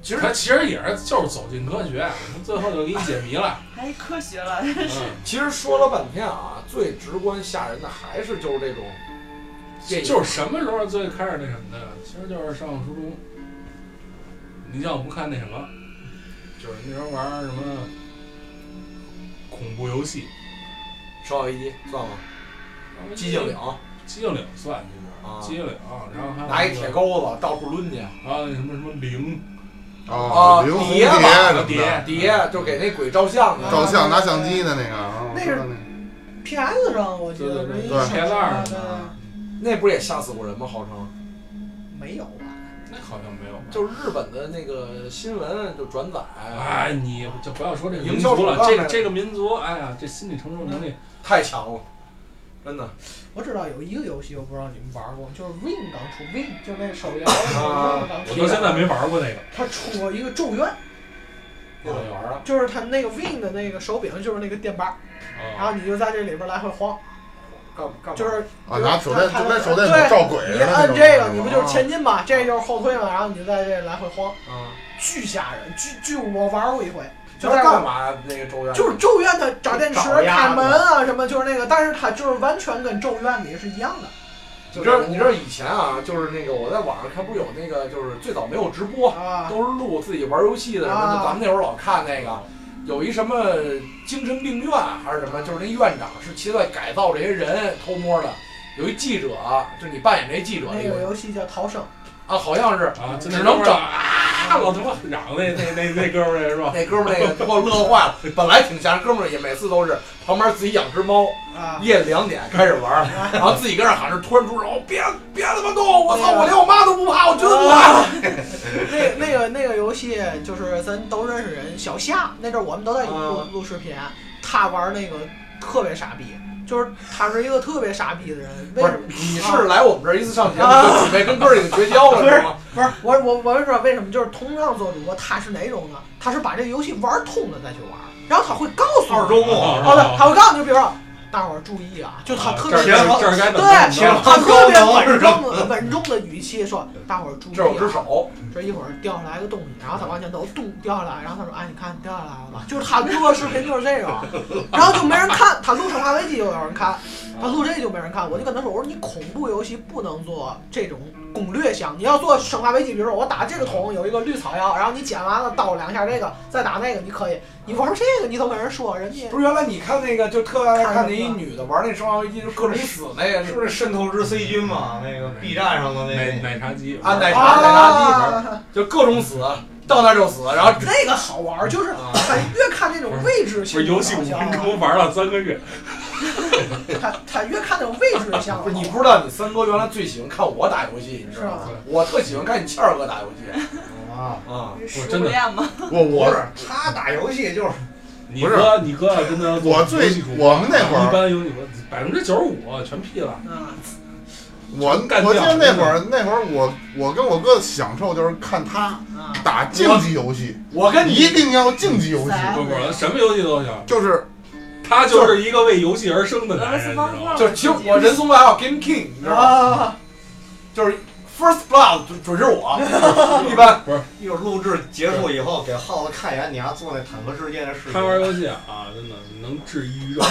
[SPEAKER 1] 其实
[SPEAKER 3] 他其实也是就是走进科学，啊最后就给你解谜了。
[SPEAKER 6] 还科学了，
[SPEAKER 3] 嗯，
[SPEAKER 1] 其实说了半天啊，最直观吓人的还是就是这种电影，
[SPEAKER 3] 就是什么时候最开始那什么的，其实就是上初中。你像我不看那什么，就是那时候玩什么恐怖游戏，
[SPEAKER 1] 生化危机算吗？寂静岭，
[SPEAKER 3] 寂静岭算
[SPEAKER 1] 啊
[SPEAKER 3] 嗯就是寂静岭，然后还有
[SPEAKER 1] 拿一
[SPEAKER 3] 那个
[SPEAKER 1] 铁钩子到处抡去，
[SPEAKER 3] 还有那什么什么灵，
[SPEAKER 4] 啊，
[SPEAKER 1] 啊
[SPEAKER 4] 灵红
[SPEAKER 1] 碟吧
[SPEAKER 4] 什么的
[SPEAKER 3] 碟，
[SPEAKER 1] 底下就给那鬼照相
[SPEAKER 2] 啊
[SPEAKER 1] 呢。
[SPEAKER 4] 照相拿相机的那个啊，
[SPEAKER 2] 那是，PS 上我记得
[SPEAKER 3] 对对对
[SPEAKER 2] 这一手
[SPEAKER 3] 对
[SPEAKER 2] 啊
[SPEAKER 3] PS2
[SPEAKER 2] 对
[SPEAKER 1] 那不是也吓死过人吗？号称
[SPEAKER 2] 没有吧？啊
[SPEAKER 3] 那好像没有吧？
[SPEAKER 1] 就是日本的那个新闻就转载，
[SPEAKER 3] 哎，你就不要说这个
[SPEAKER 1] 营
[SPEAKER 3] 民
[SPEAKER 1] 销
[SPEAKER 3] 族
[SPEAKER 1] 手
[SPEAKER 3] 了，
[SPEAKER 1] 段
[SPEAKER 3] 这
[SPEAKER 1] 呗
[SPEAKER 3] 个这个民族，哎呀，这心理承受能力，
[SPEAKER 1] 太强了，真的。
[SPEAKER 2] 我知道有一个游戏，我不知道你们玩过，就是 Win 刚出，Win 就是那手摇的 Win
[SPEAKER 4] 啊
[SPEAKER 2] 刚
[SPEAKER 1] 嗯
[SPEAKER 3] 我
[SPEAKER 2] 出，
[SPEAKER 3] 到现在没玩过那个，
[SPEAKER 2] 他出过一个咒怨，
[SPEAKER 1] 嗯
[SPEAKER 3] 不怎么玩啊。
[SPEAKER 2] 就是他那个 Win 的那个手柄就是那个电棒，然
[SPEAKER 3] 啊，
[SPEAKER 2] 后你就在这里边来回晃，
[SPEAKER 1] 干干嘛
[SPEAKER 2] 就是
[SPEAKER 4] 啊，拿手电就跟手电
[SPEAKER 2] 对
[SPEAKER 4] 筒照鬼似
[SPEAKER 2] 你
[SPEAKER 4] 的那
[SPEAKER 2] 按
[SPEAKER 4] 种啊
[SPEAKER 2] 这个，
[SPEAKER 4] 感觉
[SPEAKER 2] 你不就是前进吗？这就是后退嘛，然后你就在这里来回晃，
[SPEAKER 3] 嗯
[SPEAKER 1] 啊，
[SPEAKER 2] 巨吓人，巨巨我玩过一回，就
[SPEAKER 1] 就是
[SPEAKER 2] 在
[SPEAKER 1] 干嘛呀那个咒怨？
[SPEAKER 2] 就是咒怨的找电池、
[SPEAKER 5] 找鸭
[SPEAKER 2] 开
[SPEAKER 5] 子
[SPEAKER 2] 门啊什么，就是那个，但是它就是完全跟咒怨里是一样的。
[SPEAKER 1] 你知道你知道以前啊，就是那个我在网上看，不是有那个就是最早没有直播，
[SPEAKER 2] 啊，
[SPEAKER 1] 都是录自己玩游戏的什么的，
[SPEAKER 2] 啊
[SPEAKER 1] 就咱们那会儿老看那个。有一什么精神病院还是什么，就是那院长是其实在改造这些人偷摸的。有一记者啊，就是你扮演这记者
[SPEAKER 2] 那
[SPEAKER 1] 那
[SPEAKER 2] 个
[SPEAKER 1] 个
[SPEAKER 2] 游戏叫《逃生
[SPEAKER 1] 啊，好像是
[SPEAKER 3] 啊，
[SPEAKER 1] 只
[SPEAKER 3] 就那
[SPEAKER 1] 能
[SPEAKER 3] 哥们儿
[SPEAKER 1] 找
[SPEAKER 3] 啊，老他妈嚷那那那那哥们儿那是吧？
[SPEAKER 1] 那哥们儿那个给我乐坏了。本来挺吓人，哥们儿也每次都是旁边自己养只猫，》
[SPEAKER 2] 啊，
[SPEAKER 1] 夜里两点开始 玩儿，然后自己跟那儿喊着，突然出手，别别他妈动！我
[SPEAKER 2] 哎
[SPEAKER 1] 操，我连我妈都不怕，我绝对不怕。
[SPEAKER 2] 那那个那个游戏就是咱都认识人，小夏那阵儿我们都在录
[SPEAKER 1] 啊
[SPEAKER 2] 录视频，他玩那个特别傻逼，就是他是一个特别傻逼的人。为
[SPEAKER 1] 不
[SPEAKER 2] 什
[SPEAKER 1] 是
[SPEAKER 2] 么，？
[SPEAKER 1] 你是来我们这儿一次上节目就准备跟哥儿几个绝 交了是吗？
[SPEAKER 2] 不是我我我知道为什么，就是同样做主播，他是哪种呢？他是把这个游戏玩通了再去玩，然后他会告诉你
[SPEAKER 5] 二
[SPEAKER 3] 啊
[SPEAKER 5] 周末
[SPEAKER 2] 哦，对，他会告诉你，比如说，大伙儿注意啊，就他
[SPEAKER 3] 啊
[SPEAKER 2] 特
[SPEAKER 3] 这
[SPEAKER 2] 别
[SPEAKER 3] 儿
[SPEAKER 5] 别
[SPEAKER 3] 这儿该怎么
[SPEAKER 2] 对
[SPEAKER 3] 怎么着
[SPEAKER 2] 他特别稳重的稳重的语气说：“大伙儿注意、啊，
[SPEAKER 1] 这是我只手，
[SPEAKER 2] 这一会儿掉下来个东西，然后他往前走，咚掉下来，然后他说：‘哎，你看掉下来了吧？’就是他录的视频就是这种，然后就没人看。他录《生化危机》就有人看，他录这就没人看。我就跟他说：‘我说你恐怖游戏不能做这种攻略项，你要做《生化危机》，比如说我打这个桶有一个绿草药，然后你捡完了刀两下这个，再打那个，你可以。你玩这个你都跟人说，人家
[SPEAKER 1] 不是原来你看那个就特爱看
[SPEAKER 2] 看
[SPEAKER 1] 那一
[SPEAKER 2] 那个
[SPEAKER 1] 女的玩那生化危机，就各种死那个
[SPEAKER 5] 是不是渗透之 C 君嘛？那个 B 站上的
[SPEAKER 3] 奶
[SPEAKER 5] 那
[SPEAKER 3] 奶茶机
[SPEAKER 1] 啊奶茶奶茶机，
[SPEAKER 2] 啊。”
[SPEAKER 1] 就各种死，到那儿就死，然后
[SPEAKER 2] 那个好玩儿，就是
[SPEAKER 1] 啊
[SPEAKER 2] 他越看这种位置
[SPEAKER 3] 不
[SPEAKER 2] 性
[SPEAKER 3] 是
[SPEAKER 2] 的
[SPEAKER 3] 游戏，
[SPEAKER 2] 搞
[SPEAKER 3] 我
[SPEAKER 2] 笑
[SPEAKER 3] 跟哥玩了三个月，
[SPEAKER 2] 他他越看这种位置像，
[SPEAKER 1] 不是你不知道你三哥原来最喜欢看我打游戏，你知
[SPEAKER 2] 是
[SPEAKER 1] 道吗？
[SPEAKER 2] 吧？
[SPEAKER 1] 我特喜欢看你倩儿哥打游戏
[SPEAKER 5] 个啊，
[SPEAKER 1] 啊，
[SPEAKER 6] 食
[SPEAKER 3] 真
[SPEAKER 6] 物
[SPEAKER 3] 的
[SPEAKER 6] 链吗？
[SPEAKER 4] 我
[SPEAKER 5] 不
[SPEAKER 4] 我
[SPEAKER 5] 是他打游戏就是
[SPEAKER 3] 你
[SPEAKER 4] 不是
[SPEAKER 3] 哥你哥真的
[SPEAKER 4] 我最我们那会
[SPEAKER 3] 一
[SPEAKER 4] 儿，
[SPEAKER 3] 般有你们百分之九十五全屁了，
[SPEAKER 2] 嗯，
[SPEAKER 4] 我
[SPEAKER 3] 干
[SPEAKER 4] 我记
[SPEAKER 3] 掉
[SPEAKER 4] 得那会儿那会儿我我跟我哥享受就是看他
[SPEAKER 2] 啊
[SPEAKER 4] 打竞技游戏，
[SPEAKER 1] 我跟
[SPEAKER 4] 一定要竞技游戏，
[SPEAKER 2] 哎
[SPEAKER 3] 不不，什么游戏都行，
[SPEAKER 4] 就是
[SPEAKER 3] 他就是一个为游戏而生的男人，你知
[SPEAKER 6] 俄罗斯
[SPEAKER 3] 道
[SPEAKER 6] 方
[SPEAKER 3] 吗
[SPEAKER 6] 块？
[SPEAKER 1] 就是其实我人送外号 Game King，你知道吗？
[SPEAKER 2] 啊，
[SPEAKER 1] 就是 First Blood 准准是 我，一般
[SPEAKER 5] 一会儿录制结束以后给耗子看一眼你丫做那坦克世界的视频
[SPEAKER 3] 他。玩游戏啊，真的能治抑郁症，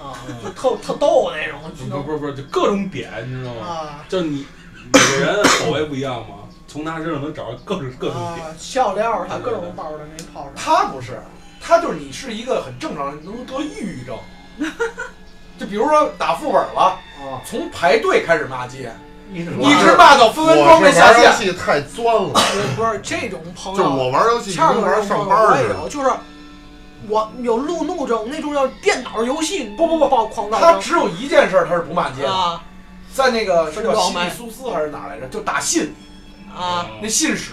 [SPEAKER 2] 啊，就特特逗那种，就
[SPEAKER 3] 不不不不，就各种点，你知道吗？
[SPEAKER 2] 啊
[SPEAKER 3] 就是你每个人口味不一样嘛，从他身上能找到各种各种点。
[SPEAKER 2] 啊，笑料他各种包的给你泡上，
[SPEAKER 1] 他不是，他就是你是一个很正常人，能得抑郁 症。就比如说打副本了，
[SPEAKER 5] 啊，
[SPEAKER 1] 从排队开始骂街，
[SPEAKER 5] 一直
[SPEAKER 1] 一直骂到分
[SPEAKER 4] 我
[SPEAKER 1] 分钟没
[SPEAKER 4] 是
[SPEAKER 1] 下
[SPEAKER 4] 玩游
[SPEAKER 1] 线。
[SPEAKER 4] 戏太钻了，
[SPEAKER 2] 不是这种朋
[SPEAKER 4] 就是
[SPEAKER 2] 友，
[SPEAKER 4] 我玩游戏就
[SPEAKER 2] 恰
[SPEAKER 4] 跟
[SPEAKER 2] 哥
[SPEAKER 4] 玩上班
[SPEAKER 2] 我
[SPEAKER 4] 似
[SPEAKER 2] 也
[SPEAKER 4] 的。
[SPEAKER 2] 有，就是我有路怒症，那种叫电脑游戏，
[SPEAKER 1] 不不不
[SPEAKER 2] 爆狂躁
[SPEAKER 1] 他
[SPEAKER 2] 症
[SPEAKER 1] 只有一件事儿，他是不骂街的，
[SPEAKER 2] 啊
[SPEAKER 1] 在那个是
[SPEAKER 2] 分
[SPEAKER 1] 叫
[SPEAKER 2] 装
[SPEAKER 1] 西
[SPEAKER 2] 麦
[SPEAKER 1] 里苏斯还是哪来着？就打信，
[SPEAKER 4] 嗯
[SPEAKER 2] 啊，
[SPEAKER 3] 嗯
[SPEAKER 1] 那信使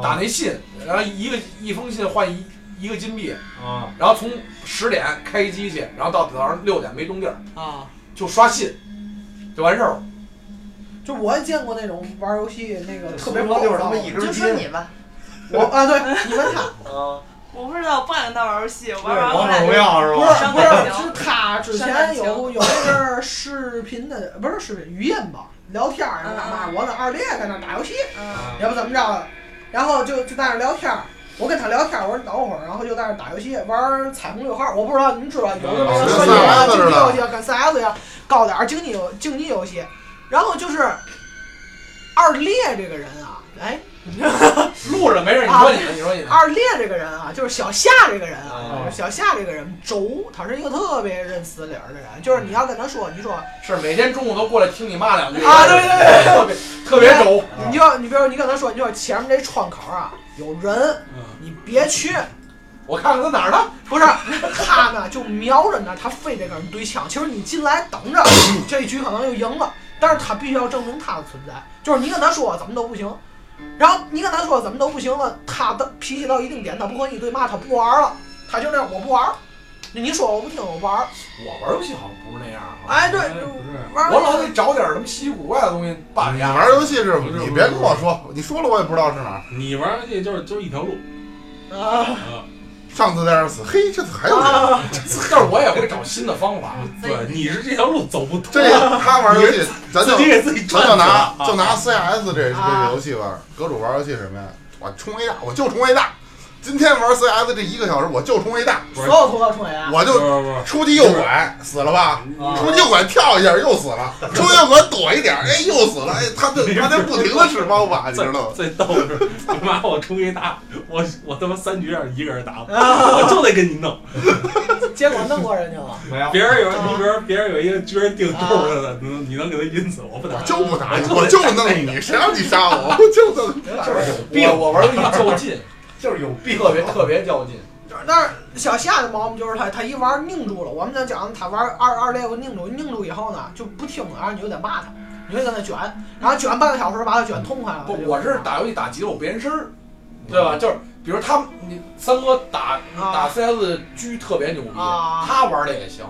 [SPEAKER 1] 打那信，然后一个一封信换一一个金币，
[SPEAKER 5] 啊，
[SPEAKER 1] 然后从十点开机去，然后到早上六点没动静儿，
[SPEAKER 2] 啊。
[SPEAKER 1] 就刷信，就完事儿了。
[SPEAKER 2] 就我也见过那种玩游戏那个特别暴
[SPEAKER 5] 就是他
[SPEAKER 2] 躁
[SPEAKER 5] 妈
[SPEAKER 2] 的
[SPEAKER 5] 一根
[SPEAKER 6] 就说
[SPEAKER 5] 筋
[SPEAKER 6] 你吧，
[SPEAKER 2] 我啊，对，你问他，
[SPEAKER 5] 啊，
[SPEAKER 6] 我不知道，我不敢跟他玩游戏，我玩完我
[SPEAKER 5] 王
[SPEAKER 6] 俩
[SPEAKER 5] 者
[SPEAKER 6] 就
[SPEAKER 5] 荣耀是
[SPEAKER 2] 不
[SPEAKER 5] 吧？
[SPEAKER 2] 是不是，是他之前有
[SPEAKER 6] 上
[SPEAKER 2] 有那阵儿视频的，不是视频语音吧，聊天儿干嘛？我跟二烈在那打游戏，
[SPEAKER 6] 嗯，
[SPEAKER 2] 也不怎么着了，然后就就在那聊天儿。我跟他聊天儿，我说等会儿，然后就在那打游戏，玩彩虹六号。我不知道你们知道有的那个射击啊、竞技游戏啊跟 CS 呀，高点儿竞技游竞技游戏。然后就是二烈这个人啊，哎，
[SPEAKER 1] 录着没事，你说你的，你说你的。
[SPEAKER 2] 二烈这个人啊，就是小夏这个人啊，
[SPEAKER 5] 啊
[SPEAKER 2] 就是小夏这个人轴，他是一个特别认死理儿的人。就是你要跟他说，你说
[SPEAKER 1] 是每天中午都过来听你骂两句
[SPEAKER 2] 啊对对对哎
[SPEAKER 1] 特别特别轴。
[SPEAKER 2] 你就你比如你跟他说，你说前面这窗口啊有人，
[SPEAKER 3] 嗯，
[SPEAKER 2] 你别去。
[SPEAKER 1] 我看看他哪儿呢？
[SPEAKER 2] 不是他呢，就瞄着呢，他非得跟人对枪。其实你进来等着，这一局可能就赢了，但是他必须要证明他的存在。就是你跟他说怎么都不行，然后你跟他说怎么都不行了，他的脾气到一定点，他不和你对骂，他不玩了，他就那样，我不玩儿。你说我不听，我不玩儿。
[SPEAKER 1] 我玩游戏好像不是那样啊。
[SPEAKER 2] 哎，对，
[SPEAKER 3] 不是，
[SPEAKER 2] 玩儿
[SPEAKER 1] 我老得找点什么稀奇古怪的东西办
[SPEAKER 4] 你
[SPEAKER 1] 呀。
[SPEAKER 4] 玩游戏是，你别跟我说，你说了我也不知道是哪儿。
[SPEAKER 3] 你玩游戏就是就是一条路
[SPEAKER 2] 啊，
[SPEAKER 3] 啊。
[SPEAKER 4] 上次在这儿死，嘿，这次还有人。
[SPEAKER 2] 啊
[SPEAKER 1] 但是我也会找新的方法。
[SPEAKER 3] 对，你是这条路走不通，
[SPEAKER 4] 这他玩游戏，咱就
[SPEAKER 3] 自己给自己
[SPEAKER 4] 咱
[SPEAKER 3] 转死
[SPEAKER 4] 就拿
[SPEAKER 3] 了
[SPEAKER 4] 就拿 CS 这这
[SPEAKER 2] 啊
[SPEAKER 4] 个游戏玩，阁主玩游戏什么呀？我冲 A 大，我就冲 A 大。今天玩 CS 这一个小时，我就冲 A 大，
[SPEAKER 2] 所有同学重演。
[SPEAKER 4] 我
[SPEAKER 3] 不是
[SPEAKER 4] 就
[SPEAKER 3] 不是
[SPEAKER 4] 出击右拐，死了吧？
[SPEAKER 5] 啊
[SPEAKER 4] 出击右拐跳一下又死了，出击右拐躲一点，哎又死了，哎，他就他就不停的使猫把，你知 道吗？
[SPEAKER 3] 最逗的是，你妈我出一大，我我他妈三局让一个人打我，
[SPEAKER 2] 啊，
[SPEAKER 3] 我就得跟你弄。
[SPEAKER 2] 结果弄过人家 吗？
[SPEAKER 5] 没有，
[SPEAKER 3] 别人有你比如别人有一个居然定钩的，你能你能给他晕死，我不
[SPEAKER 4] 我
[SPEAKER 3] 打。
[SPEAKER 4] 就不打你，
[SPEAKER 3] 我
[SPEAKER 4] 我就弄你，谁让你杀我？我就 弄你。
[SPEAKER 5] 就是有病
[SPEAKER 1] 我，我玩游戏较劲，
[SPEAKER 5] 就是有病，
[SPEAKER 1] 特别特别较劲。
[SPEAKER 2] 但是小夏的毛病就是他，他一玩拧住了。我们在讲他玩二二猎物拧住，拧住以后呢就不听了，然后你就得骂他，你就跟他卷，然后卷半个小时把他卷痛快了。
[SPEAKER 1] 不
[SPEAKER 2] 他，就
[SPEAKER 1] 我是打游戏打急了，我不认身儿，对吧？就是比如他们，你三哥打打
[SPEAKER 2] 啊
[SPEAKER 1] CS 狙特别牛逼，
[SPEAKER 2] 啊
[SPEAKER 1] 他玩的也行，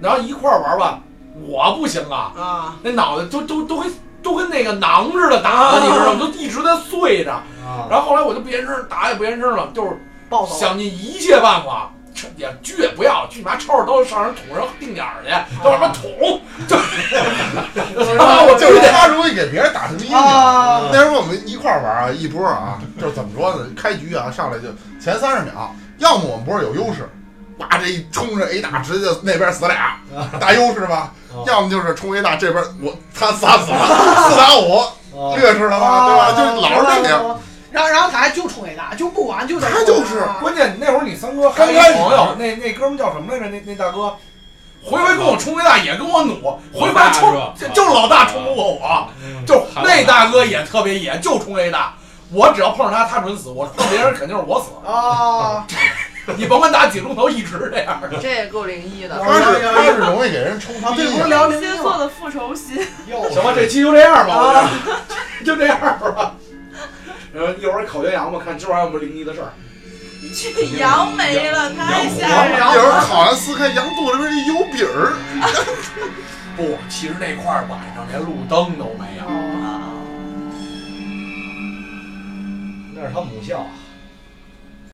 [SPEAKER 1] 然后一块儿玩吧，我不行啊，
[SPEAKER 2] 啊
[SPEAKER 1] 那脑袋都都都跟都跟那个囊似的打 的，你知道吗？都一直在碎着。
[SPEAKER 5] 啊，
[SPEAKER 1] 然后后来我就不认身儿，打也不认身儿了，就是
[SPEAKER 2] 暴走，
[SPEAKER 1] 想尽一切办法。这也狙也不要，去你妈抄着刀上人捅人定点儿去，到什么捅？
[SPEAKER 4] 我就是他容易给别人打成阴影。
[SPEAKER 2] 啊
[SPEAKER 4] 那时候我们一块儿玩啊，一波啊，就是怎么说呢？开局啊，上来就前三十秒，要么我们波有优势，哇，这一冲着 A 大，直接就那边死俩，打优势吧；
[SPEAKER 5] 哦啊
[SPEAKER 4] 要么就是冲 A 大这边我他仨死了，四打五，
[SPEAKER 5] 啊
[SPEAKER 4] 劣势了吧，对吧？就老是这样。
[SPEAKER 2] 样。然后然后他还就冲 A 大，就不管就啊在
[SPEAKER 4] 他就是
[SPEAKER 1] 啊关键你那会儿你三哥还
[SPEAKER 4] 刚
[SPEAKER 1] 有一
[SPEAKER 4] 开始
[SPEAKER 1] 朋友，那那哥们儿叫什么来着？那那大哥，回回跟我冲那大也跟我啊努，回回冲
[SPEAKER 3] 老大是
[SPEAKER 1] 就
[SPEAKER 3] 吧
[SPEAKER 1] 就是老大冲不过我，就那大哥也特别野，就冲 A 大。我只要碰上他，他准死；我碰别人肯定是我死。哦
[SPEAKER 2] 啊，
[SPEAKER 1] 你甭管打几个钟头，一直这样。
[SPEAKER 6] 这也够灵异的。
[SPEAKER 4] 他是他是容易给人冲
[SPEAKER 2] 啊
[SPEAKER 4] 成
[SPEAKER 2] 对，
[SPEAKER 4] 阴
[SPEAKER 2] 不是
[SPEAKER 4] 影。
[SPEAKER 2] 辽宁
[SPEAKER 6] 星座的复仇心，
[SPEAKER 5] 又
[SPEAKER 1] 行吧，这期就这样吧，我
[SPEAKER 2] 啊
[SPEAKER 1] 觉得 就这样吧。呃，一会儿烤全羊吧，看今晚有没有灵异的事儿。
[SPEAKER 6] 这羊没了，太吓人
[SPEAKER 4] 有人
[SPEAKER 6] 了。
[SPEAKER 4] 烤完撕开羊肚里边一油饼儿，
[SPEAKER 1] 不，其实那块儿晚上连路哦灯都没有。
[SPEAKER 2] 啊
[SPEAKER 5] 那是他母校，啊